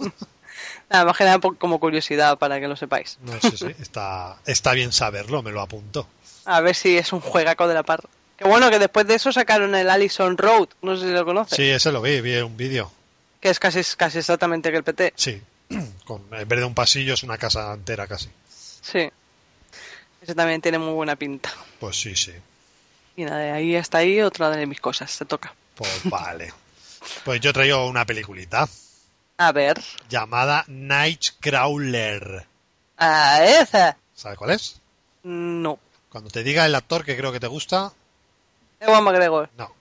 Nada, más que nada por- como curiosidad para que lo sepáis. tengo. No, sí, sí, está, está bien saberlo, me lo apunto. A ver si es un juegaco de la parra. Que bueno, que después de eso sacaron el Allison Road, no sé si lo conoces, Sí, ese lo vi, vi un vídeo. que es casi, casi exactamente que el PT. Sí, con, en vez de un pasillo es una casa entera casi. Sí. Ese también tiene muy buena pinta. Pues sí, sí. Y nada, de ahí hasta ahí otra de mis cosas, te toca. Pues vale. Pues yo traigo una peliculita A ver, llamada Nightcrawler. a esa. ¿Sabes cuál es? No. Cuando te diga el actor que creo que te gusta, Ewan McGregor. no.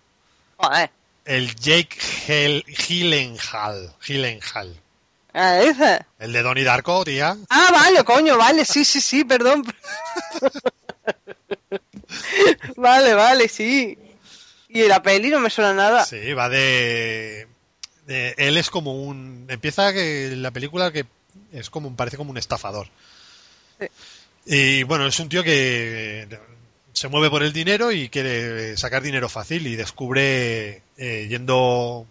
Joder. El Jake Gel- Gyllenhaal. Gyllenhaal. A esa. El de Donnie Darko, tía. Ah, vale, coño, vale, sí, sí, sí, perdón. vale, vale, sí. Y la peli no me suena nada. Sí, va de, de- Él es como un... Empieza que la película que es como... Parece como un estafador. Sí. Y bueno, es un tío que se mueve por el dinero y quiere sacar dinero fácil y descubre eh, yendo...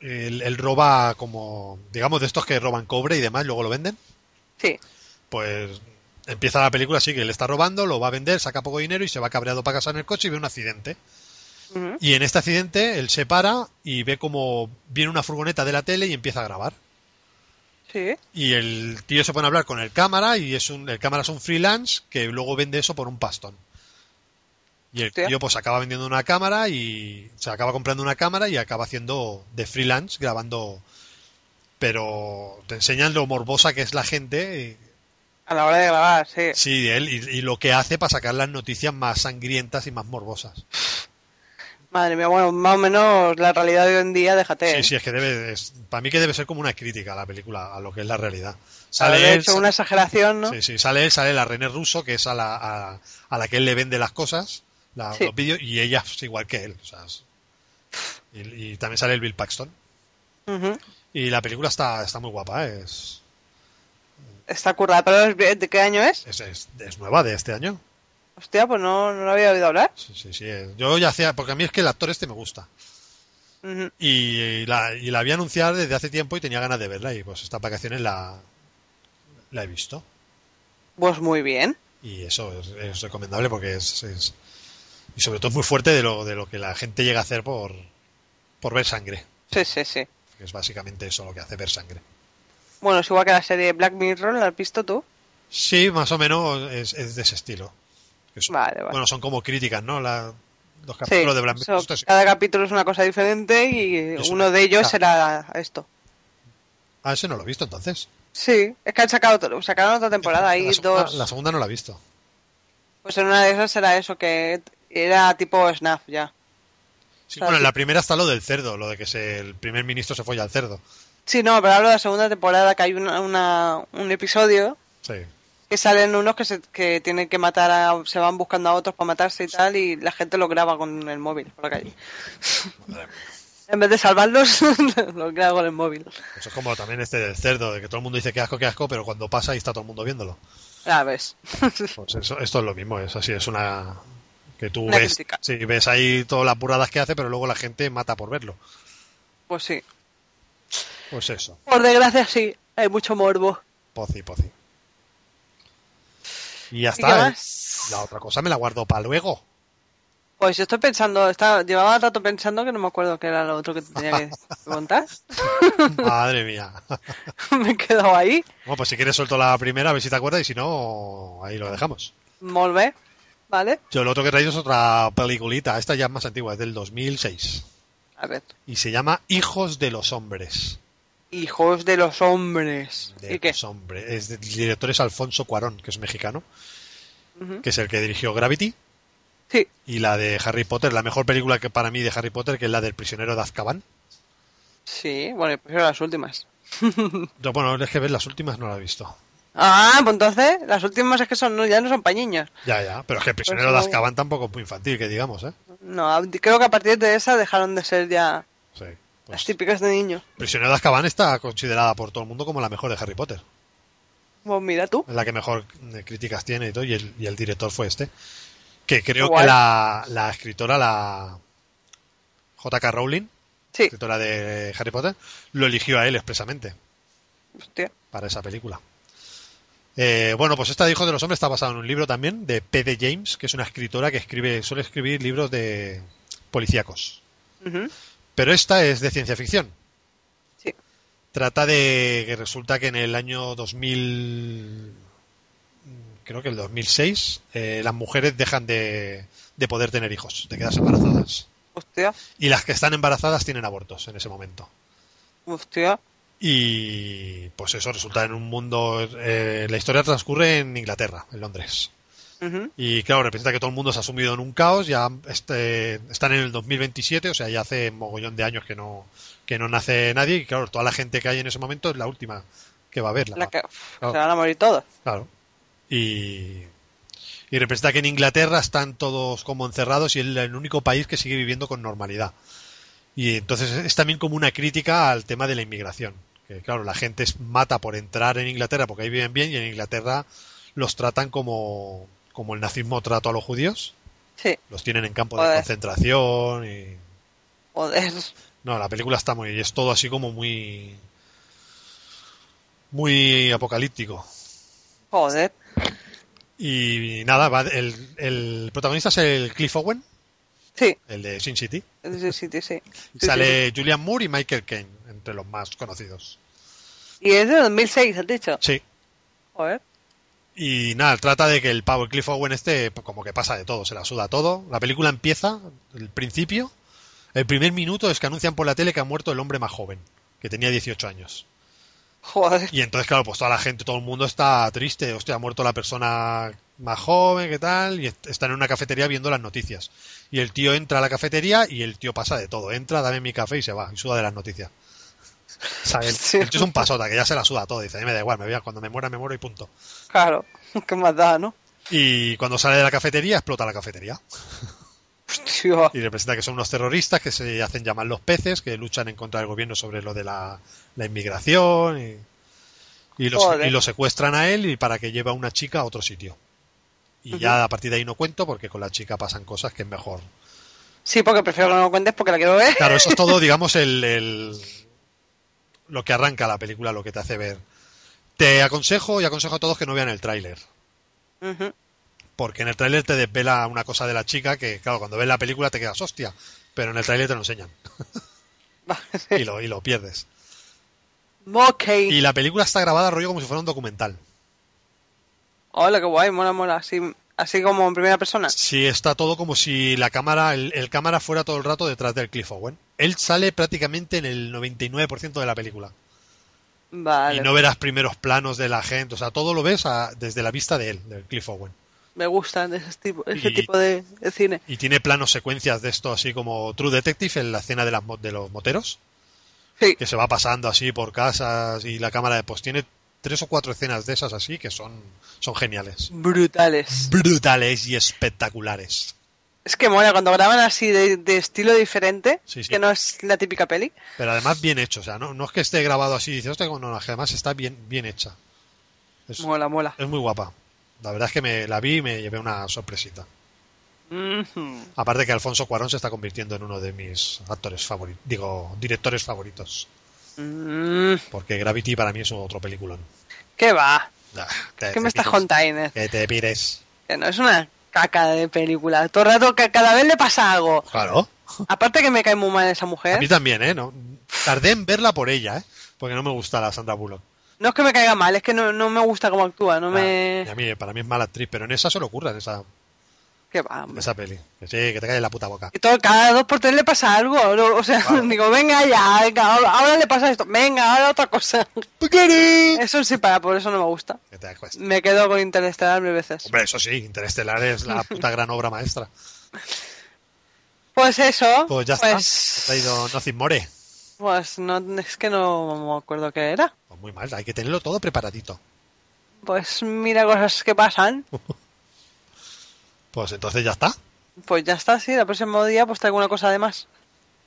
Él, él roba como... Digamos, de estos que roban cobre y demás, luego lo venden. Sí. Pues empieza la película así, que él está robando, lo va a vender, saca poco dinero y se va cabreado para casa en el coche y ve un accidente. Ujú. Y en este accidente él se para y ve como viene una furgoneta de la tele y empieza a grabar. Sí. Y el tío se pone a hablar con el cámara y es un, el cámara es un freelance que luego vende eso por un pastón. Y el Hostia. tío pues acaba vendiendo una cámara y se acaba comprando una cámara y acaba haciendo de freelance grabando. Pero te enseñan lo morbosa que es la gente. eh, y- A la hora de grabar, sí. sí, de él y, y lo que hace para sacar las noticias más sangrientas y más morbosas. Madre mía, bueno, más o menos la realidad de hoy en día, déjate. Sí, ¿eh? sí, es que debe. es- para mí que debe ser como una crítica a la película, a lo que es la realidad. Haber Sale él, hecho una exageración, ¿no? sí, sí, sale él, sale la René Russo, que es a la, a, a la que él le vende las cosas, la, Sí. los vídeos, y ella es igual que él. o sea, es- y, y también sale el Bill Paxton. Ujú. Y la película está, está muy guapa, ¿eh? es, Está currada, pero es- ¿de qué año es? es, es- es nueva de este año. Hostia, pues no, no lo había oído hablar. Sí, sí, sí. eh, Yo ya hacía, porque a mí es que el actor este me gusta. Ujú. Y, eh, la, y la vi anunciar desde hace tiempo y tenía ganas de verla, y pues estas vacaciones la, la he visto. Pues muy bien. y eso es, es recomendable porque es, es- y sobre todo es muy fuerte de lo, de lo que la gente llega a hacer por, por ver sangre Sí, sí, sí. que es básicamente eso lo que hace ver sangre Bueno, es igual que la serie Black Mirror, ¿la has visto tú? sí más o menos es, es de ese estilo Que son- Vale, vale. bueno son como críticas no La- los Sí, capítulos de Black eso, Mirror Ostras, cada capítulo es una cosa diferente y eso uno me de ellos gusta. será esto. ah ese no lo he visto entonces Sí, es que han sacado, otro- sacaron otra temporada ahí, la, segunda- dos. la segunda no la he visto Pues en una de esas era eso, que era tipo Snap ya. sí, O sea, bueno en sí. la primera está lo del cerdo lo de que se- el primer ministro se folla al cerdo Sí, no, pero hablo de la segunda temporada que hay una, una- un episodio sí que salen unos que, se, que tienen que matar a, se van buscando a otros para matarse y tal y la gente lo graba con el móvil por la calle. en vez de salvarlos, lo graba con el móvil. eso es como también este del cerdo de que todo el mundo dice que asco que asco pero cuando pasa ahí está todo el mundo viéndolo Ya ves. Pues eso- esto es lo mismo, es así, es una que tú Una ves, crítica. sí, ves ahí todas las burradas que hace, pero luego la gente mata por verlo. pues sí. Pues eso, Por desgracia sí, hay mucho morbo. pozi, pozi. Y ya ¿Y está. qué ¿eh? más? La otra cosa me la guardo para luego. Pues yo estoy pensando, estaba, llevaba rato pensando que no me acuerdo qué era lo otro que te tenía que contar. Madre mía. me he quedado ahí. Bueno, pues si quieres suelto la primera, a ver si te acuerdas, y si no, ahí lo dejamos. Molt bé, ¿vale? Yo lo otro que he traído es otra peliculita, esta ya es más antigua, es del 2006. A ver. Y se llama Hijos de los Hombres. Hijos de los hombres. de ¿Y qué? los hombres. Es del director es Alfonso Cuarón, que es mexicano, Ujú. que es el que dirigió Gravity. Sí, y la de Harry Potter, la mejor película que para mí de Harry Potter, que es la del prisionero de Azkaban. sí, bueno, pues yo prefiero las últimas. Yo, bueno, es que ver las últimas no la he visto. Ah, pues entonces, las últimas es que son, no- ya no son pañiños. Ya, ya, pero es que el prisionero Pues de no. Azkaban tampoco es muy infantil, que digamos, ¿eh? No, a- creo que a partir de esa dejaron de ser ya Sí. pues las típicas de niño. Prisionero de Azkaban está considerada por todo el mundo como la mejor de Harry Potter. Pues mira tú. es la que mejor eh, críticas tiene y todo, y el, y el director fue este. Que creo Guay. que la, la escritora, la J.K. Rowling, Sí. escritora de Harry Potter, lo eligió a él expresamente Hostia. para esa película. Eh, bueno, pues esta de Hijo de los Hombres está basada en un libro también de P.D. James, que es una escritora que escribe, suele escribir libros de policíacos. Ujú. Pero esta es de ciencia ficción. Sí. Trata de que resulta que en el año 2000, creo que el 2006, eh, las mujeres dejan de, de poder tener hijos, de quedarse embarazadas. Hostia. Y las que están embarazadas tienen abortos en ese momento. Hostia. Y pues eso resulta en un mundo... eh, la historia transcurre en Inglaterra, en Londres. Ujú. Y claro, representa que todo el mundo se ha sumido en un caos, ya este, están en el 2027, o sea, ya hace mogollón de años que no, que no nace nadie, y claro, toda la gente que hay en ese momento es la última que va a verla. La que- uf, Claro. Se van a morir todos. Claro. Y, y representa que en Inglaterra están todos como encerrados y es el único país que sigue viviendo con normalidad. Y entonces es también como una crítica al tema de la inmigración. Que claro, la gente es- mata por entrar en Inglaterra porque ahí viven bien y en Inglaterra los tratan como, como el nazismo trató a los judíos. Sí. Los tienen en campos de Joder. concentración y... Joder. No, la película está muy... Es todo así como muy... Muy apocalíptico. Joder. Y nada, va- el, el protagonista es el Cliff Owen, Sí. el de Sin City. Sí, sí, sí, sí. Sí, sí, Sale Julian Moore y Michael Caine, entre los más conocidos. sí. Y es de 2006, has dicho. Sí. Joder. Y nada, trata de que el Power Cliff Owen este pues, como que pasa de todo, se la suda todo. La película empieza, el principio, el primer minuto es que anuncian por la tele que ha muerto el hombre más joven, que tenía 18 años. Joder. Y entonces, claro, pues toda la gente, todo el mundo está triste. Hostia, ha muerto la persona más joven, ¿qué tal? Y est- están en una cafetería viendo las noticias. Y el tío entra a la cafetería y el tío pasa de todo. Entra, dame mi café y se va. Y suda de las noticias. O sea, el, Sí. el tío es un pasota, que ya se la suda todo. Dice, a mí me da igual, me voy a, cuando me muera, me muero y punto. Claro. Qué más da, ¿no? Y cuando sale de la cafetería, explota la cafetería. Hostia. Y representa que son unos terroristas que se hacen llamar los peces, que luchan en contra del gobierno sobre lo de la, la inmigración. Y, y los- Joder. y lo secuestran a él y para que lleve a una chica a otro sitio. Y ya a partir de ahí no cuento porque con la chica pasan cosas que es mejor. Sí, porque prefiero que no lo cuentes porque la quiero ver. Claro, eso es todo, digamos, el, el- lo que arranca la película, lo que te hace ver. Te aconsejo y aconsejo a todos que no vean el tráiler. Ujú. Porque en el tráiler te desvela una cosa de la chica que, claro, cuando ves la película te quedas hostia, pero en el tráiler te lo enseñan Vale. y lo, y lo pierdes. Ok. Y la película está grabada rollo como si fuera un documental. Hola, qué guay, mola, mola. Así, así como en primera persona. Sí, está todo como si la cámara, el, el cámara fuera todo el rato detrás del Cliff Owen. Él sale prácticamente en el 99% de la película. Vale. Y no verás primeros planos de la gente, o sea, todo lo ves a- desde la vista de él, del Cliff Owen. Me gustan ese tipo, ese Y- tipo de, de cine. Y tiene planos secuencias de esto, así como True Detective en la escena de, las, mo- de los moteros, Sí. que se va pasando así por casas y la cámara de pues tiene tres o cuatro escenas de esas así que son, son geniales. Brutales. Brutales y espectaculares. Es que mola cuando graban así de, de estilo diferente, Sí, sí. que no es la típica peli. Pero además bien hecho, o sea, no, no es que esté grabado así, dices, hostia, no, no, es que además está bien, bien hecha. Es, Mola, mola. es muy guapa. La verdad es que me la vi y me llevé una sorpresita. Ujú. Aparte que Alfonso Cuarón se está convirtiendo en uno de mis actores favoritos, digo, directores favoritos. Mm, Porque Gravity para mí es otro peliculón. ¿Qué va? Ah, que ¿Qué te me estás pires, contando? Que te pires. Que no es una caca de película. Todo el rato que cada vez le pasa algo. Claro. Aparte que me cae muy mal esa A mí mujer. también, ¿eh? No, tardé en verla por ella, ¿eh? Porque no me gusta la Sandra Bullock. No es que me caiga mal, es que no, no me gusta cómo actúa. No me... Ah, y a mí, para mí es mala actriz, pero en esa se lo ocurra, en esa, ¿Qué va? en hombre? esa peli. Que sí, que te cae la puta boca. Y todo, cada dos por tres le pasa algo. ¿no? O sea, digo, venga ya, venga, ahora, ahora le pasa esto, venga, ahora otra cosa. Eso sí, para, por eso no me gusta. Que te cuesta. Me quedo con Interestelar mil veces. Hombre, eso sí, Interestelar es la puta gran obra maestra. Pues eso, Pues ya está. pues He traído Nothing More. Pues no, es que no me acuerdo qué era. Pues muy mal, hay que tenerlo todo preparadito. Pues mira cosas que pasan. Pues entonces ya está. Pues ya está, sí. El próximo día pues traigo una cosa de más.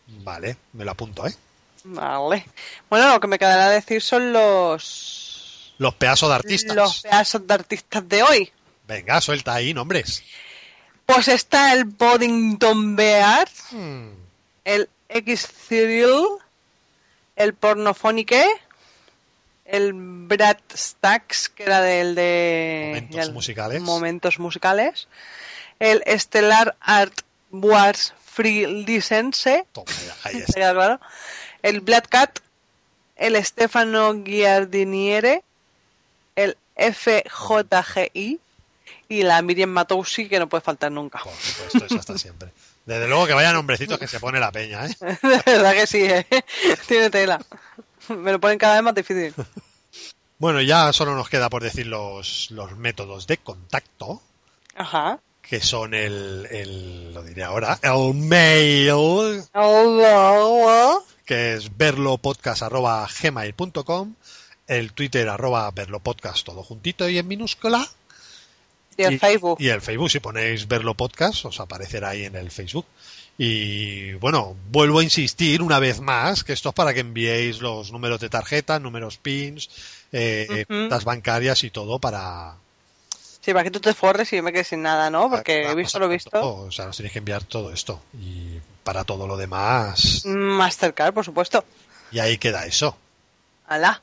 Vale, me lo apunto, ¿eh? Vale. Bueno, lo que me quedará decir son los... Los pedazos de artistas. Los pedazos de artistas de hoy. Venga, suelta ahí nombres. Pues está el Boddington Bear, Hmm, el X Cyril, el Pornofónique, el Brad Stacks, que era del de. Momentos el- musicales. Momentos musicales. El Stellar Art Wars Free License. toma, ya, ahí ¿te está. queda claro? El Black Cat, el Stefano Giardiniere, el FJGI y la Miriam Matousi, que no puede faltar nunca. Por supuesto, eso hasta siempre. Desde luego que vaya nombrecitos que se pone la peña, ¿eh? De verdad que sí, ¿eh? tiene tela. Me lo ponen cada vez más difícil. Bueno, ya solo nos queda por decir los, los métodos de contacto, Ajá. que son el, el, lo diré ahora, el mail, Hola, que es verlopodcast.gmail.com, el Twitter arroba verlopodcast todo juntito y en minúscula, Y el Facebook. Y el Facebook, si ponéis verlo podcast, os aparecerá ahí en el Facebook. Y bueno, vuelvo a insistir una vez más que esto es para que enviéis los números de tarjeta, números pins, eh, eh, Ujú. cuentas bancarias y todo para. Sí, para que tú te forres y yo me quede sin nada, ¿no? Porque para he visto lo pasar visto. todo. O sea, nos tenéis que enviar todo esto. Y para todo lo demás. Mm. Mastercard, por supuesto. Y ahí queda eso. Alá.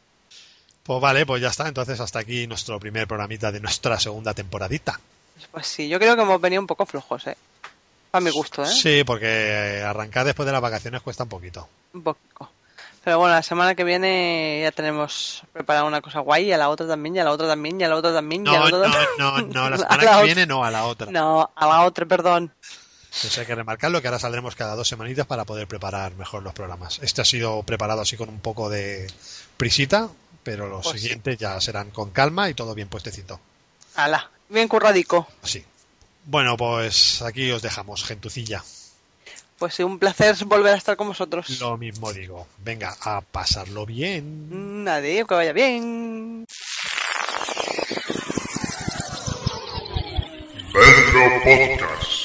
Pues vale, pues ya está. Entonces, hasta aquí nuestro primer programita de nuestra segunda temporadita. Pues sí, yo creo que hemos venido un poco flojos, ¿eh? A mi gusto, ¿eh? Sí, porque arrancar después de las vacaciones cuesta un poquito. Un poco. Pero bueno, la semana que viene ya tenemos preparada una cosa guay y a la otra también, y a la otra también, y a la otra también, y a la No, otra no, también. no, no, la A semana la que otra. viene no, a la otra. No, a la otra, perdón. Entonces hay que remarcarlo que ahora saldremos cada dos semanitas para poder preparar mejor los programas. Este ha sido preparado así con un poco de prisita, pero los Pues sí. siguientes ya serán con calma y todo bien puestecito. Alá. Bien curradico. Así. Bueno, pues aquí os dejamos, gentucilla. Pues sí, un placer volver a estar con vosotros. Lo mismo digo. Venga, a pasarlo bien. Nadie, Mm, que vaya bien. Pedro Podcast.